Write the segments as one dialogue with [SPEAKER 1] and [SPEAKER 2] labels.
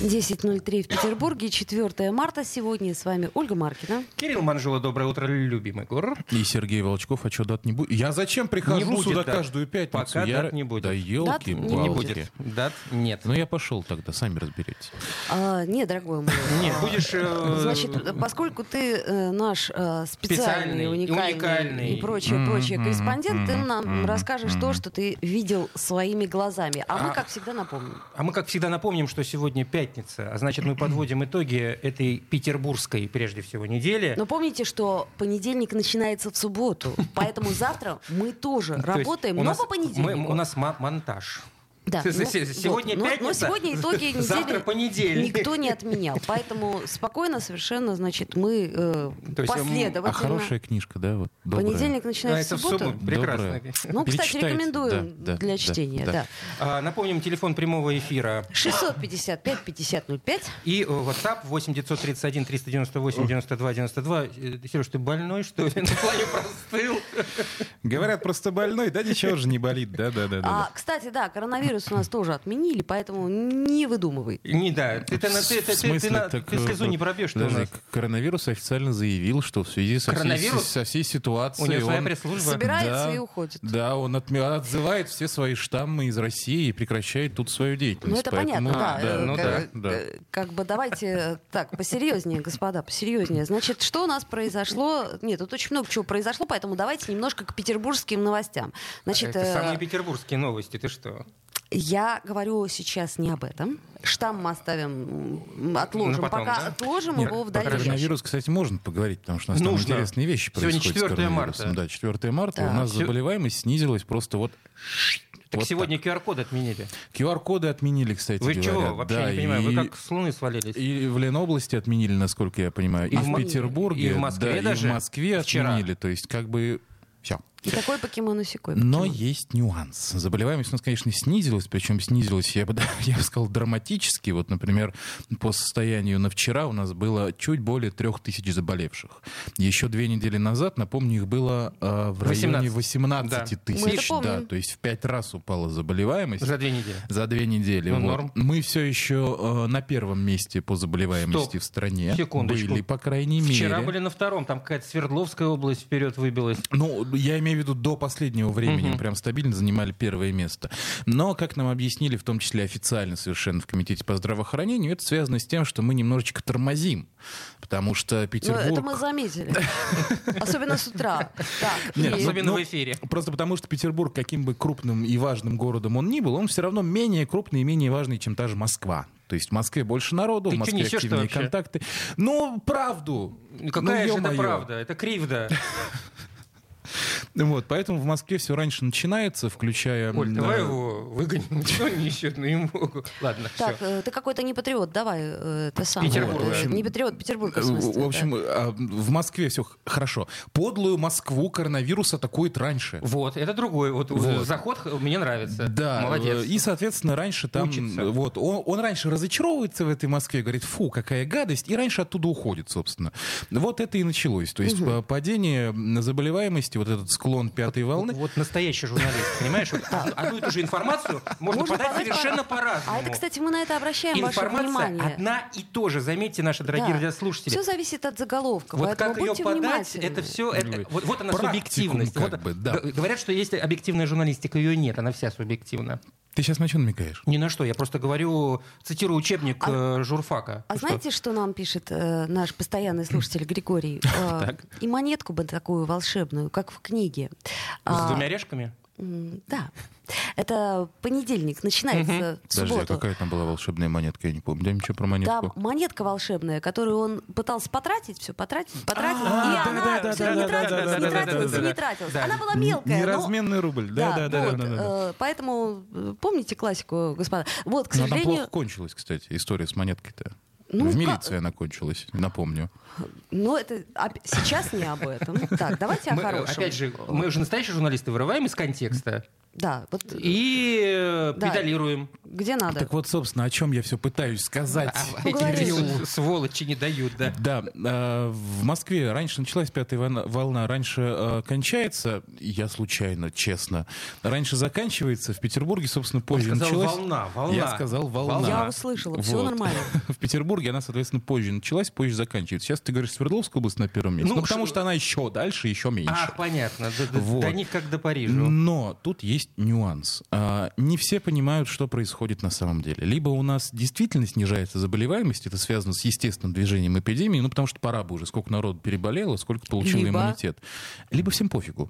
[SPEAKER 1] 10.03 в Петербурге, 4 марта. Сегодня с вами Ольга Маркина.
[SPEAKER 2] Кирилл Манжула, доброе утро, любимый город.
[SPEAKER 3] И Сергей Волчков, а что, дат не будет? Я зачем прихожу
[SPEAKER 2] Не будет
[SPEAKER 3] сюда
[SPEAKER 2] дат.
[SPEAKER 3] каждую пятницу?
[SPEAKER 2] Пока
[SPEAKER 3] я...
[SPEAKER 2] дат не будет.
[SPEAKER 3] Да
[SPEAKER 1] Дат
[SPEAKER 3] елки
[SPEAKER 1] не
[SPEAKER 2] Не будет. Дат нет.
[SPEAKER 3] Ну я пошел тогда, сами разберитесь.
[SPEAKER 1] А, не, дорогой мой.
[SPEAKER 2] Нет, будешь... э,
[SPEAKER 1] Значит, э, поскольку ты э, наш э,
[SPEAKER 2] Специальный,
[SPEAKER 1] специальный, уникальный,
[SPEAKER 2] уникальный.
[SPEAKER 1] и прочее, прочее корреспондент, ты нам расскажешь то, что ты видел своими глазами. А мы,
[SPEAKER 2] А.
[SPEAKER 1] как всегда, напомним.
[SPEAKER 2] А мы, как всегда, напомним, что сегодня пятница, а значит, мы подводим итоги этой петербургской, прежде всего, недели.
[SPEAKER 1] Но помните, что понедельник начинается в субботу, поэтому завтра мы
[SPEAKER 2] То
[SPEAKER 1] тоже
[SPEAKER 2] есть
[SPEAKER 1] работаем,
[SPEAKER 2] у
[SPEAKER 1] но
[SPEAKER 2] нас-
[SPEAKER 1] по понедельникам.
[SPEAKER 2] мы- у нас ма- монтаж.
[SPEAKER 1] Да,
[SPEAKER 2] С- с-
[SPEAKER 1] ну,
[SPEAKER 2] с-
[SPEAKER 1] вот.
[SPEAKER 2] сегодня
[SPEAKER 1] Но-
[SPEAKER 2] пятница,
[SPEAKER 1] Но, сегодня итоги недели
[SPEAKER 2] завтра понедельник.
[SPEAKER 1] никто не отменял. Поэтому спокойно совершенно, значит, мы э,
[SPEAKER 2] То есть, м,
[SPEAKER 1] последовательно...
[SPEAKER 3] а хорошая книжка, да? Вот, добрая.
[SPEAKER 1] Понедельник
[SPEAKER 2] А это
[SPEAKER 1] начинается в
[SPEAKER 2] в
[SPEAKER 1] субботу.
[SPEAKER 2] субботу. Прекрасно.
[SPEAKER 3] Доброе.
[SPEAKER 1] Ну, кстати,
[SPEAKER 3] Перечитайте.
[SPEAKER 1] рекомендуем
[SPEAKER 3] Да, да,
[SPEAKER 1] для
[SPEAKER 3] да,
[SPEAKER 1] чтения.
[SPEAKER 3] да.
[SPEAKER 1] Да,
[SPEAKER 2] А, Напомним, телефон прямого эфира
[SPEAKER 1] 655 50 05.
[SPEAKER 2] и э, WhatsApp 8 931 398 92 92. Э, Сереж, ты больной, что ли? На плане простыл.
[SPEAKER 3] Говорят, просто больной, да ничего же не болит, да-да-да.
[SPEAKER 1] А, кстати, да, коронавирус у нас тоже отменили, поэтому не выдумывай.
[SPEAKER 2] Не, да. Ты ты- ты- ты- ты- ты на-
[SPEAKER 3] э,
[SPEAKER 2] ты слезу не пробьешь, ты у нас.
[SPEAKER 3] Коронавирус официально заявил, что в связи со, всей,
[SPEAKER 2] Коронавирус?
[SPEAKER 3] со всей
[SPEAKER 2] У
[SPEAKER 3] ситуацией
[SPEAKER 2] него своя
[SPEAKER 3] он-
[SPEAKER 2] пресс-служба.
[SPEAKER 1] Собирается
[SPEAKER 3] Да.
[SPEAKER 1] и уходит.
[SPEAKER 3] Да, он отме- отзывает все свои штаммы из России и прекращает тут свою деятельность.
[SPEAKER 1] Ну, это
[SPEAKER 3] Поэтому-
[SPEAKER 1] понятно, да.
[SPEAKER 3] да,
[SPEAKER 1] э,
[SPEAKER 3] ну
[SPEAKER 1] как,
[SPEAKER 3] да, да.
[SPEAKER 1] э, как бы давайте э, так, посерьезнее, господа, посерьезнее. Значит, что у нас произошло? Нет, тут очень много чего произошло, поэтому давайте немножко к петербургским новостям. Значит,
[SPEAKER 2] Это
[SPEAKER 1] э,
[SPEAKER 2] самые петербургские новости, ты что?
[SPEAKER 1] я говорю сейчас не об этом. Штамм мы оставим, м, отложим.
[SPEAKER 2] Ну, потом,
[SPEAKER 1] Пока
[SPEAKER 2] да?
[SPEAKER 1] отложим
[SPEAKER 3] Нет,
[SPEAKER 1] его в
[SPEAKER 3] про
[SPEAKER 1] дальнейшем.
[SPEAKER 3] коронавирус, кстати, можно поговорить, потому что у нас там
[SPEAKER 2] Нужно.
[SPEAKER 3] интересные вещи
[SPEAKER 2] Сегодня
[SPEAKER 3] происходят.
[SPEAKER 2] 4
[SPEAKER 3] с коронавирусом.
[SPEAKER 2] марта.
[SPEAKER 3] Да, 4 марта.
[SPEAKER 1] Так.
[SPEAKER 3] У нас
[SPEAKER 2] Сё-
[SPEAKER 3] заболеваемость снизилась просто вот...
[SPEAKER 2] Так
[SPEAKER 3] вот
[SPEAKER 2] сегодня QR-код отменили.
[SPEAKER 3] так. QR-коды отменили, кстати,
[SPEAKER 2] Вы чего?
[SPEAKER 3] говоря.
[SPEAKER 2] Вообще
[SPEAKER 3] Да,
[SPEAKER 2] не понимаю. Вы
[SPEAKER 3] и-
[SPEAKER 2] как с луны свалились.
[SPEAKER 3] И в Ленобласти отменили, насколько я понимаю, и,
[SPEAKER 1] А в
[SPEAKER 3] в
[SPEAKER 1] Мо-
[SPEAKER 3] Петербурге,
[SPEAKER 2] и в Москве
[SPEAKER 3] да, и в
[SPEAKER 2] даже?
[SPEAKER 3] Москве
[SPEAKER 2] Вчера.
[SPEAKER 3] отменили. То есть как бы все.
[SPEAKER 1] И такой покемон и сякой
[SPEAKER 3] Но
[SPEAKER 1] покемон.
[SPEAKER 3] есть нюанс. Заболеваемость у нас, конечно, снизилась, причем снизилась, я бы, да- я бы сказал, драматически. Вот, например, по состоянию на вчера у нас было чуть более трех тысяч заболевших. Еще две недели назад, напомню, их было э, в районе
[SPEAKER 2] 18.
[SPEAKER 3] 18
[SPEAKER 2] Да.
[SPEAKER 1] Мы это
[SPEAKER 3] тысяч.
[SPEAKER 1] помним.
[SPEAKER 3] Да, то есть в пять раз упала заболеваемость.
[SPEAKER 2] За две недели.
[SPEAKER 3] За две недели.
[SPEAKER 2] Ну,
[SPEAKER 3] вот.
[SPEAKER 2] норм.
[SPEAKER 3] Мы все еще э, на первом месте по заболеваемости
[SPEAKER 2] Стоп.
[SPEAKER 3] в стране.
[SPEAKER 2] Секундочку.
[SPEAKER 3] Были, по крайней
[SPEAKER 2] Вчера
[SPEAKER 3] мере.
[SPEAKER 2] были на втором, там какая-то Свердловская область вперед выбилась.
[SPEAKER 3] Ну, я имею в виду до последнего времени, мы прям стабильно занимали первое место. Но, как нам объяснили, в том числе официально совершенно в Комитете по здравоохранению, это связано с тем, что мы немножечко тормозим, потому что
[SPEAKER 1] Ну,
[SPEAKER 3] Петербург...
[SPEAKER 1] это мы заметили. Особенно с утра. Так,
[SPEAKER 3] Нет,
[SPEAKER 1] и-
[SPEAKER 3] ну,
[SPEAKER 2] Особенно в эфире.
[SPEAKER 3] Просто потому, что Петербург, каким бы крупным и важным городом он ни был, он все равно менее крупный и менее важный, чем та же Москва. То есть в Москве больше народу,
[SPEAKER 2] Ты
[SPEAKER 3] в
[SPEAKER 2] чё
[SPEAKER 3] Москве
[SPEAKER 2] несёшь-то
[SPEAKER 3] активнее
[SPEAKER 2] вообще?
[SPEAKER 3] контакты. Ну, правду!
[SPEAKER 2] Какая
[SPEAKER 3] Ну,
[SPEAKER 2] же это
[SPEAKER 3] ё-моё.
[SPEAKER 2] правда? Это кривда.
[SPEAKER 3] Вот, поэтому в Москве все раньше начинается, включая...
[SPEAKER 2] Оль,
[SPEAKER 3] м,
[SPEAKER 2] давай
[SPEAKER 3] э,
[SPEAKER 2] его выгоним. Ничего не ищет, ну не могу. Ладно,
[SPEAKER 1] Так,
[SPEAKER 2] все.
[SPEAKER 1] э, ты какой-то не патриот, давай э, это самое.
[SPEAKER 2] Петербург,
[SPEAKER 1] Э,
[SPEAKER 2] в
[SPEAKER 3] общем.
[SPEAKER 1] Не патриот, Петербург, в смысле.
[SPEAKER 3] В общем, а, в Москве все хорошо. Подлую Москву коронавирус атакует раньше.
[SPEAKER 2] Вот, это другой. Вот,
[SPEAKER 3] Вот.
[SPEAKER 2] заход х- мне нравится.
[SPEAKER 3] Да,
[SPEAKER 2] Молодец.
[SPEAKER 3] э, и, соответственно, раньше там...
[SPEAKER 2] Учится.
[SPEAKER 3] э, Вот, он, он раньше разочаровывается в этой Москве, говорит, фу, какая гадость, и раньше оттуда уходит, собственно. Вот это и началось. То есть э, падение м, заболеваемости, вот этот склон пятой волны,
[SPEAKER 2] Вот настоящий журналист, понимаешь? Вот Одну и ту же информацию можно
[SPEAKER 1] Можно
[SPEAKER 2] подать
[SPEAKER 1] подать
[SPEAKER 2] совершенно
[SPEAKER 1] по-
[SPEAKER 2] по-разному.
[SPEAKER 1] А это, кстати, мы на это обращаем ваше
[SPEAKER 2] Информация
[SPEAKER 1] внимание.
[SPEAKER 2] одна и то же. Заметьте, наши дорогие радиослушатели.
[SPEAKER 1] Все зависит от заголовка.
[SPEAKER 2] Вот
[SPEAKER 1] поэтому
[SPEAKER 2] как ее
[SPEAKER 1] будьте
[SPEAKER 2] подать,
[SPEAKER 1] внимательны.
[SPEAKER 2] это все,
[SPEAKER 3] Ой.
[SPEAKER 2] вот, вот она
[SPEAKER 3] Практикум
[SPEAKER 2] субъективность.
[SPEAKER 3] как
[SPEAKER 2] Вот-
[SPEAKER 3] бы, да.
[SPEAKER 2] г- Говорят, что есть объективная журналистика, ее нет, она вся субъективна.
[SPEAKER 3] Ты сейчас на что намекаешь?
[SPEAKER 2] Ни на что, я просто говорю, цитирую учебник э, журфака.
[SPEAKER 1] А
[SPEAKER 2] Ну что?
[SPEAKER 1] знаете, что нам пишет э, наш постоянный слушатель Григорий? Э, и монетку бы такую волшебную, как в книге.
[SPEAKER 2] С
[SPEAKER 1] А,
[SPEAKER 2] двумя орешками?
[SPEAKER 1] м, да. Это понедельник, начинается в
[SPEAKER 3] Подожди, а
[SPEAKER 1] субботу.
[SPEAKER 3] какая там была волшебная монетка? Я не помню. Да ничего про
[SPEAKER 1] Там
[SPEAKER 3] монетку.
[SPEAKER 1] монетка волшебная, которую он пытался потратить, все потратить, потратить, и
[SPEAKER 2] А,
[SPEAKER 1] она
[SPEAKER 2] да-да-да-да-да-да-да-да-да-да-да-да-да.
[SPEAKER 1] все не тратилась, не тратилась, не тратилась. Она была мелкая, но
[SPEAKER 3] Неразменный рубль. Да, да, да.
[SPEAKER 1] вот,
[SPEAKER 3] да, да, да.
[SPEAKER 1] э, Поэтому э, помните классику, господа. Вот, к
[SPEAKER 3] Но она плохо
[SPEAKER 1] сожалению,
[SPEAKER 3] кончилась, кстати, история с монеткой-то.
[SPEAKER 1] Ну,
[SPEAKER 3] в
[SPEAKER 1] ка-
[SPEAKER 3] милиции она кончилась, напомню.
[SPEAKER 1] но это оп- сейчас не об этом. Ну Так, давайте о
[SPEAKER 2] Мы, э,
[SPEAKER 1] хорошем.
[SPEAKER 2] опять же, мы же настоящие журналисты вырываем из контекста
[SPEAKER 1] Да, вот.
[SPEAKER 2] и э,
[SPEAKER 1] Да.
[SPEAKER 2] педалируем.
[SPEAKER 1] Где надо?
[SPEAKER 3] Так вот, собственно, о чем я все пытаюсь сказать.
[SPEAKER 2] А
[SPEAKER 1] Ну, говори.
[SPEAKER 2] эти с- сволочи не дают, да.
[SPEAKER 3] Да, э, в Москве раньше началась пятая волна, волна, раньше э, кончается, я случайно, честно, раньше заканчивается, в Петербурге, собственно,
[SPEAKER 2] Он
[SPEAKER 3] позже
[SPEAKER 2] сказал,
[SPEAKER 3] началась.
[SPEAKER 2] волна, волна.
[SPEAKER 3] Я сказал волна.
[SPEAKER 1] Я услышала, все
[SPEAKER 3] Вот.
[SPEAKER 1] нормально.
[SPEAKER 3] В Петербурге она, соответственно, позже началась, позже заканчивается. Сейчас ты говоришь Свердловская область на первом месте.
[SPEAKER 2] Ну,
[SPEAKER 3] Ну, потому
[SPEAKER 2] ш-
[SPEAKER 3] что она еще дальше, еще меньше.
[SPEAKER 2] А, понятно. До, до-
[SPEAKER 3] Вот.
[SPEAKER 2] до них как до Парижа.
[SPEAKER 3] Но тут есть нюанс. А, Не все понимают, что происходит на самом деле. Либо у нас действительно снижается заболеваемость, это связано с естественным движением эпидемии, ну потому что пора бы уже, сколько народу переболело, сколько получило
[SPEAKER 1] Либо-
[SPEAKER 3] иммунитет. Либо всем пофигу.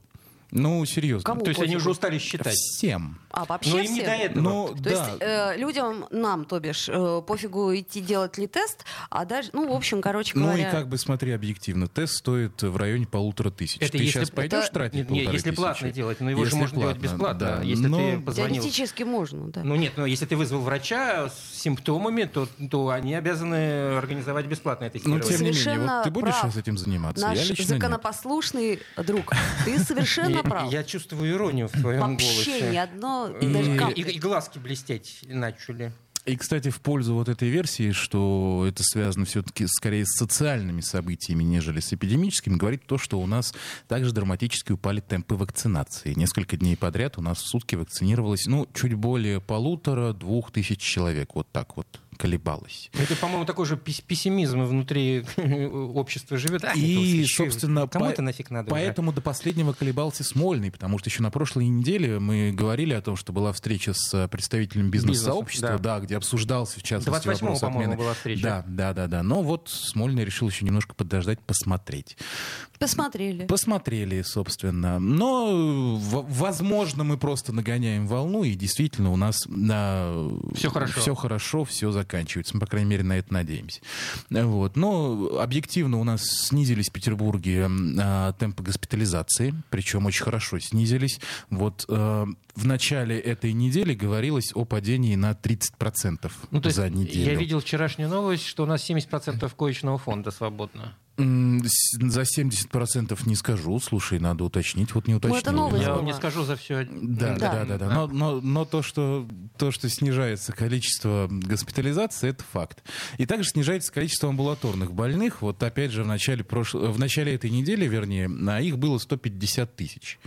[SPEAKER 3] Ну, серьезно.
[SPEAKER 1] Кому?
[SPEAKER 2] То есть они уже устали считать.
[SPEAKER 3] Всем.
[SPEAKER 1] А вообще
[SPEAKER 2] Но им не
[SPEAKER 1] всем?
[SPEAKER 2] до этого.
[SPEAKER 3] Ну,
[SPEAKER 1] То
[SPEAKER 3] да.
[SPEAKER 1] есть э, людям, нам, то бишь, э, пофигу идти делать ли тест, а даже, ну, в общем, короче
[SPEAKER 3] Ну и
[SPEAKER 1] говоря...
[SPEAKER 3] как бы смотри объективно, тест стоит в районе полутора тысяч.
[SPEAKER 2] Это
[SPEAKER 3] ты
[SPEAKER 2] если-
[SPEAKER 3] сейчас пойдешь
[SPEAKER 1] это-
[SPEAKER 3] тратить
[SPEAKER 2] Нет,
[SPEAKER 3] полторы
[SPEAKER 2] если
[SPEAKER 3] тысячи?
[SPEAKER 2] платно делать, но его же
[SPEAKER 3] Если
[SPEAKER 2] можно делать
[SPEAKER 3] платно,
[SPEAKER 2] бесплатно,
[SPEAKER 3] да. Ну,
[SPEAKER 2] если ты
[SPEAKER 3] Но-
[SPEAKER 2] позвонил.
[SPEAKER 1] Теоретически можно, да.
[SPEAKER 2] Ну нет, но если ты вызвал врача с симптомами, то, то они обязаны организовать бесплатное
[SPEAKER 3] Но
[SPEAKER 2] тестирование.
[SPEAKER 3] Ну, тем не менее,
[SPEAKER 1] Совершенно
[SPEAKER 3] вот ты будешь
[SPEAKER 1] прав.
[SPEAKER 3] сейчас этим заниматься? Я
[SPEAKER 1] Наш
[SPEAKER 3] лично нет.
[SPEAKER 1] законопослушный друг, ты совершенно
[SPEAKER 2] Я-
[SPEAKER 1] прав.
[SPEAKER 2] Я чувствую иронию в твоем
[SPEAKER 1] Вообще ни
[SPEAKER 2] голосе. Э,
[SPEAKER 1] одно,
[SPEAKER 2] И,
[SPEAKER 1] даже
[SPEAKER 2] и-
[SPEAKER 1] капли.
[SPEAKER 2] и глазки блестеть начали.
[SPEAKER 3] И, кстати, в пользу вот этой версии, что это связано все-таки скорее с социальными событиями, нежели с эпидемическими, говорит то, что у нас также драматически упали темпы вакцинации. Несколько дней подряд у нас в сутки вакцинировалось, ну, чуть более полутора-двух тысяч человек. Вот так вот колебалось.
[SPEAKER 2] Это, по-моему, такой же пес- пессимизм внутри э, общества живет. А, это вот
[SPEAKER 3] И,
[SPEAKER 2] еще-
[SPEAKER 3] собственно,
[SPEAKER 2] кому
[SPEAKER 3] по-
[SPEAKER 2] это нафиг надо? уже?
[SPEAKER 3] поэтому до последнего колебался Смольный, потому что еще на прошлой неделе мы говорили о том, что была встреча с э, представителем бизнес-сообщества,
[SPEAKER 2] Бизнеса,
[SPEAKER 3] да. где обсуждался, в частности,
[SPEAKER 2] 28-го,
[SPEAKER 3] вопрос
[SPEAKER 2] по-моему,
[SPEAKER 3] отмены.
[SPEAKER 2] была встреча.
[SPEAKER 3] Да, да, да, да. Но вот Смольный решил еще немножко подождать, посмотреть.
[SPEAKER 1] Посмотрели.
[SPEAKER 3] Посмотрели, собственно. Но, э, в- возможно, мы просто нагоняем волну, и действительно у нас
[SPEAKER 2] Всё хорошо.
[SPEAKER 3] все хорошо, все заканчивается. Мы, по крайней мере, на это надеемся. Э, Вот. Но объективно у нас снизились в Петербурге м, э, темпы госпитализации, причем очень хорошо снизились. Вот э, в начале этой недели говорилось о падении на 30%
[SPEAKER 2] Ну, то есть
[SPEAKER 3] за неделю.
[SPEAKER 2] Я видел вчерашнюю новость, что у нас 70% коечного фонда свободно.
[SPEAKER 3] М, с- За 70% не скажу. Слушай, надо уточнить. Вот не уточнил.
[SPEAKER 1] Ну, это новость
[SPEAKER 2] Я
[SPEAKER 1] Здорово.
[SPEAKER 2] вам не скажу за А. все.
[SPEAKER 3] Да,
[SPEAKER 1] Да.
[SPEAKER 3] да, да, да. Ну, Но, но- но то, что, то, что снижается количество госпитализации, это факт. И также снижается количество амбулаторных больных. Вот опять же, в начале, прошл- в начале этой недели, вернее, на их было 150 тысяч.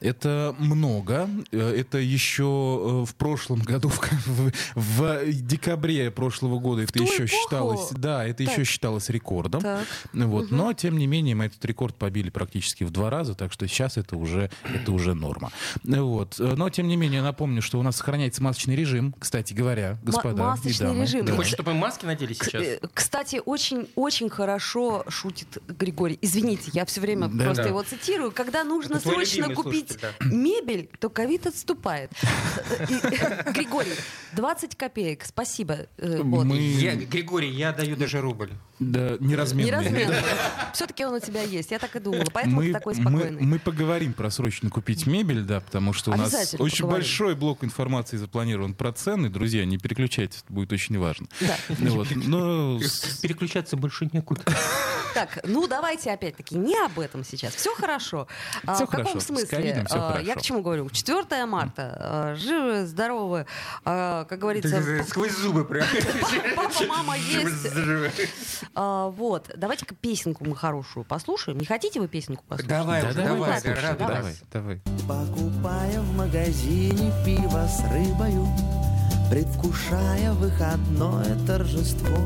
[SPEAKER 3] Это много. Э, Это еще э, в прошлом году, в, в- в декабре прошлого года, это
[SPEAKER 1] ту
[SPEAKER 3] еще
[SPEAKER 1] эпоху?
[SPEAKER 3] считалось. Да, это
[SPEAKER 1] Так.
[SPEAKER 3] еще считалось рекордом.
[SPEAKER 1] Так.
[SPEAKER 3] Ну Вот. Но, тем не менее, мы этот рекорд побили практически в два раза, так что сейчас это уже, это уже норма. Ну Вот. Э, Но, тем не менее, напомню, что у нас сохраняется масочный режим, кстати говоря, господа и
[SPEAKER 1] масочный
[SPEAKER 3] дамы.
[SPEAKER 1] режим.
[SPEAKER 2] Ты
[SPEAKER 3] Да.
[SPEAKER 2] хочешь, чтобы мы маски надели
[SPEAKER 1] К-
[SPEAKER 2] сейчас?
[SPEAKER 1] э, Кстати, очень-очень хорошо шутит Григорий. Извините, я все время
[SPEAKER 3] Да,
[SPEAKER 1] просто
[SPEAKER 2] да.
[SPEAKER 1] его цитирую. Когда нужно
[SPEAKER 2] Это твой
[SPEAKER 1] срочно
[SPEAKER 2] любимый
[SPEAKER 1] купить
[SPEAKER 2] слушатель,
[SPEAKER 1] мебель, то ковид отступает. И, э, Григорий, 20 копеек, спасибо. э, вот.
[SPEAKER 3] Мы-
[SPEAKER 2] Я- Григорий, я даю даже рубль.
[SPEAKER 3] Да, неразменный.
[SPEAKER 1] Все-таки он у тебя есть, я так и думала. Поэтому ты
[SPEAKER 3] Мы,
[SPEAKER 1] такой
[SPEAKER 3] мы,
[SPEAKER 1] спокойный.
[SPEAKER 3] мы поговорим про срочно купить мебель, да, потому что у нас очень
[SPEAKER 1] Обязательно поговорим.
[SPEAKER 3] большой блок информации запланирован про цены. Друзья, не переключайтесь, это будет очень важно.
[SPEAKER 1] Да.
[SPEAKER 3] Ну вот, но с-
[SPEAKER 2] Переключаться больше некуда.
[SPEAKER 1] Так, ну давайте опять-таки не об этом сейчас. Все хорошо. А,
[SPEAKER 3] Всё
[SPEAKER 1] в каком
[SPEAKER 3] хорошо. С
[SPEAKER 1] смысле?
[SPEAKER 3] ковидом всё
[SPEAKER 1] А, Я
[SPEAKER 3] хорошо.
[SPEAKER 1] к чему говорю? 4 марта. А, Живы, здоровы. а, Как говорится,
[SPEAKER 2] Сквозь зубы прям.
[SPEAKER 1] папа, мама есть. А, Вот, давайте-ка песенку мы хорошую послушаем. Не хотите вы песенку послушать?
[SPEAKER 2] Давай,
[SPEAKER 3] Да,
[SPEAKER 2] уже,
[SPEAKER 3] давай,
[SPEAKER 2] давай,
[SPEAKER 3] послушай,
[SPEAKER 2] давай.
[SPEAKER 3] давай, давай.
[SPEAKER 4] Покупая в магазине пиво с рыбою, Предвкушая выходное торжество,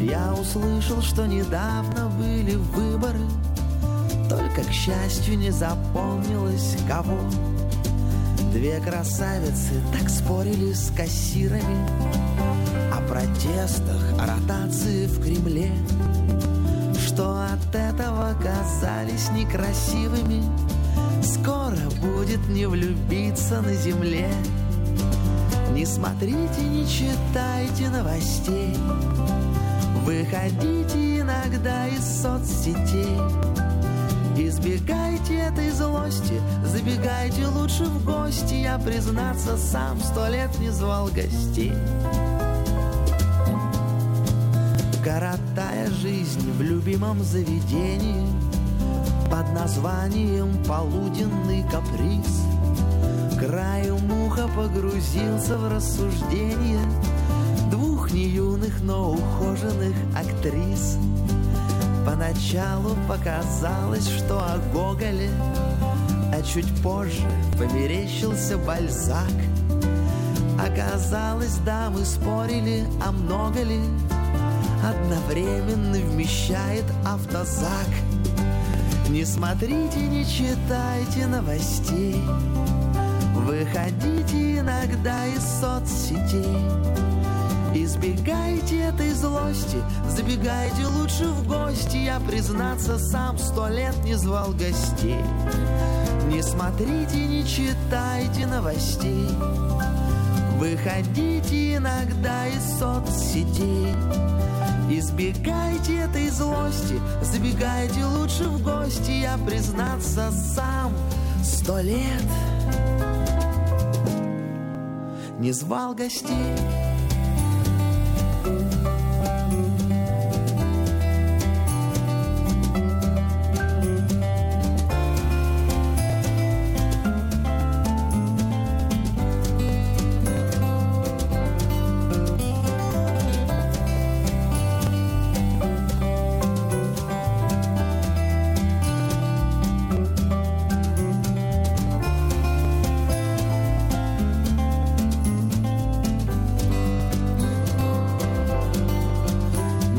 [SPEAKER 4] Я услышал, что недавно были выборы, Только, к счастью, не запомнилось кого. Две красавицы так спорили с кассирами О протестах, о ротации в Кремле, Что от этого казались некрасивыми — Скоро будет не влюбиться на земле. Не смотрите, не читайте новостей. Выходите иногда из соцсетей. Избегайте этой злости, забегайте лучше в гости. Я, признаться, сам сто лет не звал гостей. Коротая жизнь в любимом заведении под названием «Полуденный каприз». Краю муха погрузился в рассуждение Двух неюных, но ухоженных актрис Поначалу показалось, что о Гоголе А чуть позже померещился Бальзак Оказалось, да, мы спорили, а много ли Одновременно вмещает автозак Не смотрите, не читайте новостей Выходите иногда из соцсетей Избегайте этой злости, забегайте лучше в гости Я, признаться, сам сто лет не звал гостей Не смотрите, не читайте новостей Выходите иногда из соцсетей Избегайте этой злости, забегайте лучше в гости Я, признаться, сам сто лет не звал гостей.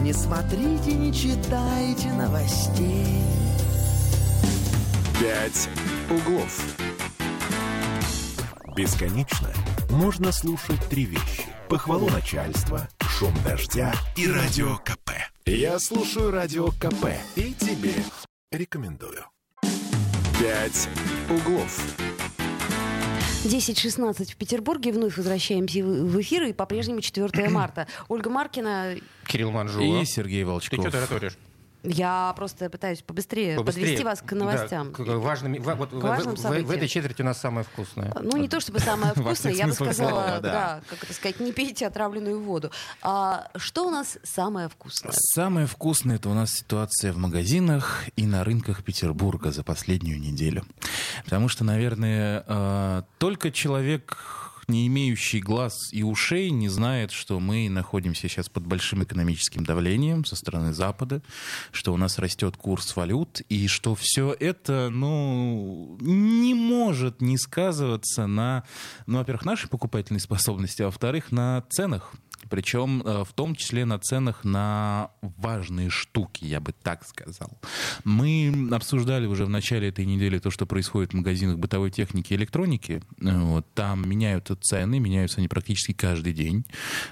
[SPEAKER 4] Не смотрите, не читайте новостей.
[SPEAKER 5] «Пять углов». Бесконечно можно слушать три вещи. Похвалу начальства, шум дождя и радио КП. Я слушаю радио КП и тебе рекомендую. «Пять углов».
[SPEAKER 1] 10.16 в Петербурге. Вновь возвращаемся в в эфир. И по-прежнему 4 марта. Ольга Маркина.
[SPEAKER 2] Кирилл Манжула.
[SPEAKER 3] И Сергей
[SPEAKER 2] Ты что
[SPEAKER 3] Волчков.
[SPEAKER 2] тараторишь?
[SPEAKER 1] Я просто пытаюсь побыстрее,
[SPEAKER 2] Побыстрее.
[SPEAKER 1] Э, подвести вас к
[SPEAKER 2] Да,
[SPEAKER 1] новостям.
[SPEAKER 2] к важным, в- вот в-
[SPEAKER 1] важным
[SPEAKER 2] в- в- в
[SPEAKER 1] событиям.
[SPEAKER 2] этой четверти у нас самое вкусное.
[SPEAKER 1] Ну, не то чтобы самое
[SPEAKER 3] Во
[SPEAKER 1] вкусное,
[SPEAKER 3] всех
[SPEAKER 1] я бы
[SPEAKER 3] смыслах
[SPEAKER 1] сказала,
[SPEAKER 3] слова, да.
[SPEAKER 1] да, как это сказать, не пейте отравленную воду. А что у нас самое вкусное?
[SPEAKER 3] Самое вкусное это у нас ситуация в магазинах и на рынках Петербурга за последнюю неделю. Потому что, наверное, э, только человек не имеющий глаз и ушей, не знает, что мы находимся сейчас под большим экономическим давлением со стороны Запада, что у нас растет курс валют, и что все это, ну, не может не сказываться на, ну, во-первых, нашей покупательной способности, а во-вторых, на ценах. Причем э, в том числе на ценах на важные штуки, я бы так сказал. Мы обсуждали уже в начале этой недели то, что происходит в магазинах бытовой техники и электроники. Э, Вот, там меняются цены, меняются они практически каждый день,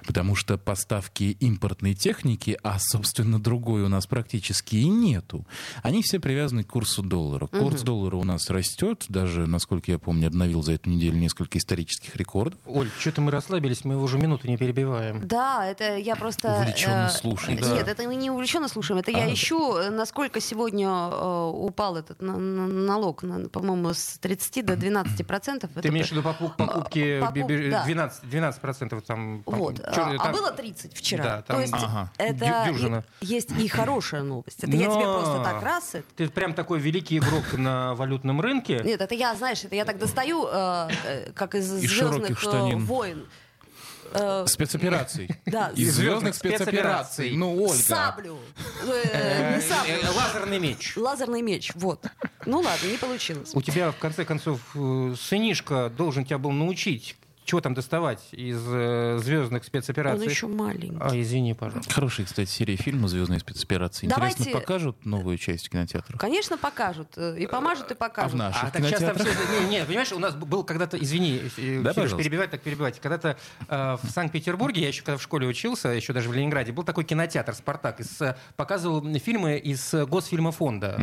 [SPEAKER 3] потому что поставки импортной техники, а, собственно, другой у нас практически и нету, они все привязаны к курсу доллара. Курс доллара у нас растет, даже, насколько я помню, обновил за эту неделю несколько исторических рекордов.
[SPEAKER 2] Оль, что-то мы расслабились, мы его уже минуту не перебиваем.
[SPEAKER 1] Да, это я просто...
[SPEAKER 3] Увлеченно
[SPEAKER 1] э,
[SPEAKER 3] слушаем.
[SPEAKER 2] Да.
[SPEAKER 1] Нет, это мы не увлеченно слушаем. Это
[SPEAKER 3] А.
[SPEAKER 1] я ищу, э, насколько сегодня э, упал этот на- на- налог, на- по-моему, с 30 до 12 процентов.
[SPEAKER 2] Ты имеешь в виду покуп- покупки
[SPEAKER 1] Покуп-
[SPEAKER 2] би- би-
[SPEAKER 1] да.
[SPEAKER 2] 12, 12 процентов там... по-
[SPEAKER 1] Вот.
[SPEAKER 2] чё-
[SPEAKER 1] А, а
[SPEAKER 2] там-
[SPEAKER 1] было 30 вчера.
[SPEAKER 2] Да, там-
[SPEAKER 1] То есть
[SPEAKER 3] Ага.
[SPEAKER 1] это
[SPEAKER 2] Дю- дюжина.
[SPEAKER 1] и- есть и хорошая новость. Это я тебе
[SPEAKER 2] Но-
[SPEAKER 1] просто так раз... это-
[SPEAKER 2] Ты прям такой великий игрок на валютном рынке.
[SPEAKER 1] Нет, это я, знаешь, это я так достаю, э, э, как из
[SPEAKER 3] Из широких
[SPEAKER 1] «Звездных
[SPEAKER 3] штанин».
[SPEAKER 1] войн. Э,
[SPEAKER 3] Спецопераций.
[SPEAKER 1] Да,
[SPEAKER 3] Из звездных
[SPEAKER 2] звездных
[SPEAKER 3] спецопераций.
[SPEAKER 2] спецопераций.
[SPEAKER 3] Ну, Ольга.
[SPEAKER 1] Саблю. Э, Не саблю.
[SPEAKER 2] Э, Лазерный меч.
[SPEAKER 1] Лазерный меч, вот. Ну ладно, не получилось.
[SPEAKER 2] У тебя, в конце концов, э, сынишка должен тебя был научить, чего там доставать из э, звездных
[SPEAKER 1] Он
[SPEAKER 2] спецопераций.
[SPEAKER 1] еще маленький.
[SPEAKER 2] А, извини, пожалуйста.
[SPEAKER 3] Хорошая, кстати, серия фильма «Звездные спецоперации». Интересно,
[SPEAKER 1] Давайте-
[SPEAKER 3] покажут новую часть в кинотеатрах?
[SPEAKER 1] Конечно, покажут. э, И помажут,
[SPEAKER 3] А
[SPEAKER 1] и
[SPEAKER 3] в
[SPEAKER 1] покажут.
[SPEAKER 3] наших
[SPEAKER 2] А, так сейчас там
[SPEAKER 3] кинотеатрах?
[SPEAKER 2] все- Не, не, понимаешь, у нас был когда-то, извини, э,
[SPEAKER 3] Да,
[SPEAKER 2] Серёж,
[SPEAKER 3] пожалуйста.
[SPEAKER 2] перебивать так перебивать. Когда-то э, в Санкт-Петербурге, я еще когда в школе учился, еще даже в Ленинграде, был такой кинотеатр «Спартак». Из, э, показывал фильмы из э, Госфильма фонда.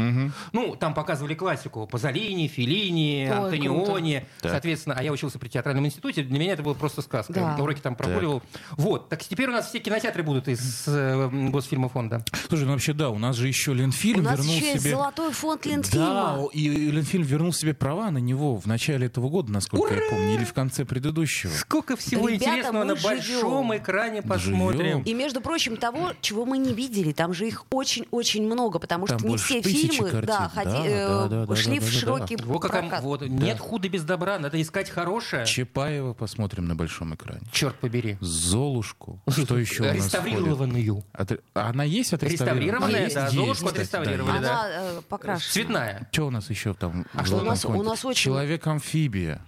[SPEAKER 2] Ну, там показывали классику. Пазолини, Филини,
[SPEAKER 1] Ой, круто.
[SPEAKER 2] Антониони.
[SPEAKER 3] Так.
[SPEAKER 2] Соответственно, а я учился при театральном институте, для меня это было просто сказка.
[SPEAKER 1] Да.
[SPEAKER 2] Уроки там прогуливал. Вот, так теперь у нас все кинотеатры будут из э, госфильма фонда.
[SPEAKER 3] Слушай, ну вообще да, у нас же еще Ленфильм
[SPEAKER 1] У нас
[SPEAKER 3] вернул
[SPEAKER 1] еще есть
[SPEAKER 3] себе...
[SPEAKER 1] золотой фонд
[SPEAKER 3] Да,
[SPEAKER 1] Ленфильма.
[SPEAKER 3] и Ленфильм вернул себе права на него в начале этого года, насколько я помню, или в конце предыдущего.
[SPEAKER 2] Сколько всего
[SPEAKER 1] Ребята,
[SPEAKER 2] интересного
[SPEAKER 1] мы
[SPEAKER 2] на
[SPEAKER 1] живем.
[SPEAKER 2] большом экране посмотрим.
[SPEAKER 3] Живем.
[SPEAKER 1] И, между прочим, того, чего мы не видели, там же их очень-очень много, потому
[SPEAKER 3] Там
[SPEAKER 1] что не
[SPEAKER 3] больше
[SPEAKER 1] все
[SPEAKER 3] тысячи
[SPEAKER 1] фильмы
[SPEAKER 3] картин.
[SPEAKER 1] да, ходи-
[SPEAKER 3] Да,
[SPEAKER 1] э,
[SPEAKER 3] да, да, да,
[SPEAKER 1] шли
[SPEAKER 3] да,
[SPEAKER 1] в
[SPEAKER 3] да, да.
[SPEAKER 1] широкий
[SPEAKER 2] Вот как там,
[SPEAKER 1] прокат.
[SPEAKER 2] вот, нет худа без добра, надо искать хорошее.
[SPEAKER 3] Чапаева посмотрим на большом экране.
[SPEAKER 2] Черт побери.
[SPEAKER 3] Золушку. Что еще у нас входит?
[SPEAKER 2] Реставрированную.
[SPEAKER 3] Отре- А Она есть
[SPEAKER 2] Реставрированная,
[SPEAKER 3] отреставрированная?
[SPEAKER 2] да,
[SPEAKER 3] А Есть,
[SPEAKER 2] «Золушку»
[SPEAKER 3] кстати, да,
[SPEAKER 2] отреставрировали,
[SPEAKER 3] есть.
[SPEAKER 2] да.
[SPEAKER 1] Она э, покрашена.
[SPEAKER 2] Цветная.
[SPEAKER 3] Что у нас еще там? в
[SPEAKER 2] А что
[SPEAKER 3] золотом
[SPEAKER 2] у нас-
[SPEAKER 3] фонде?
[SPEAKER 1] у нас очень-
[SPEAKER 3] Человек-амфибия.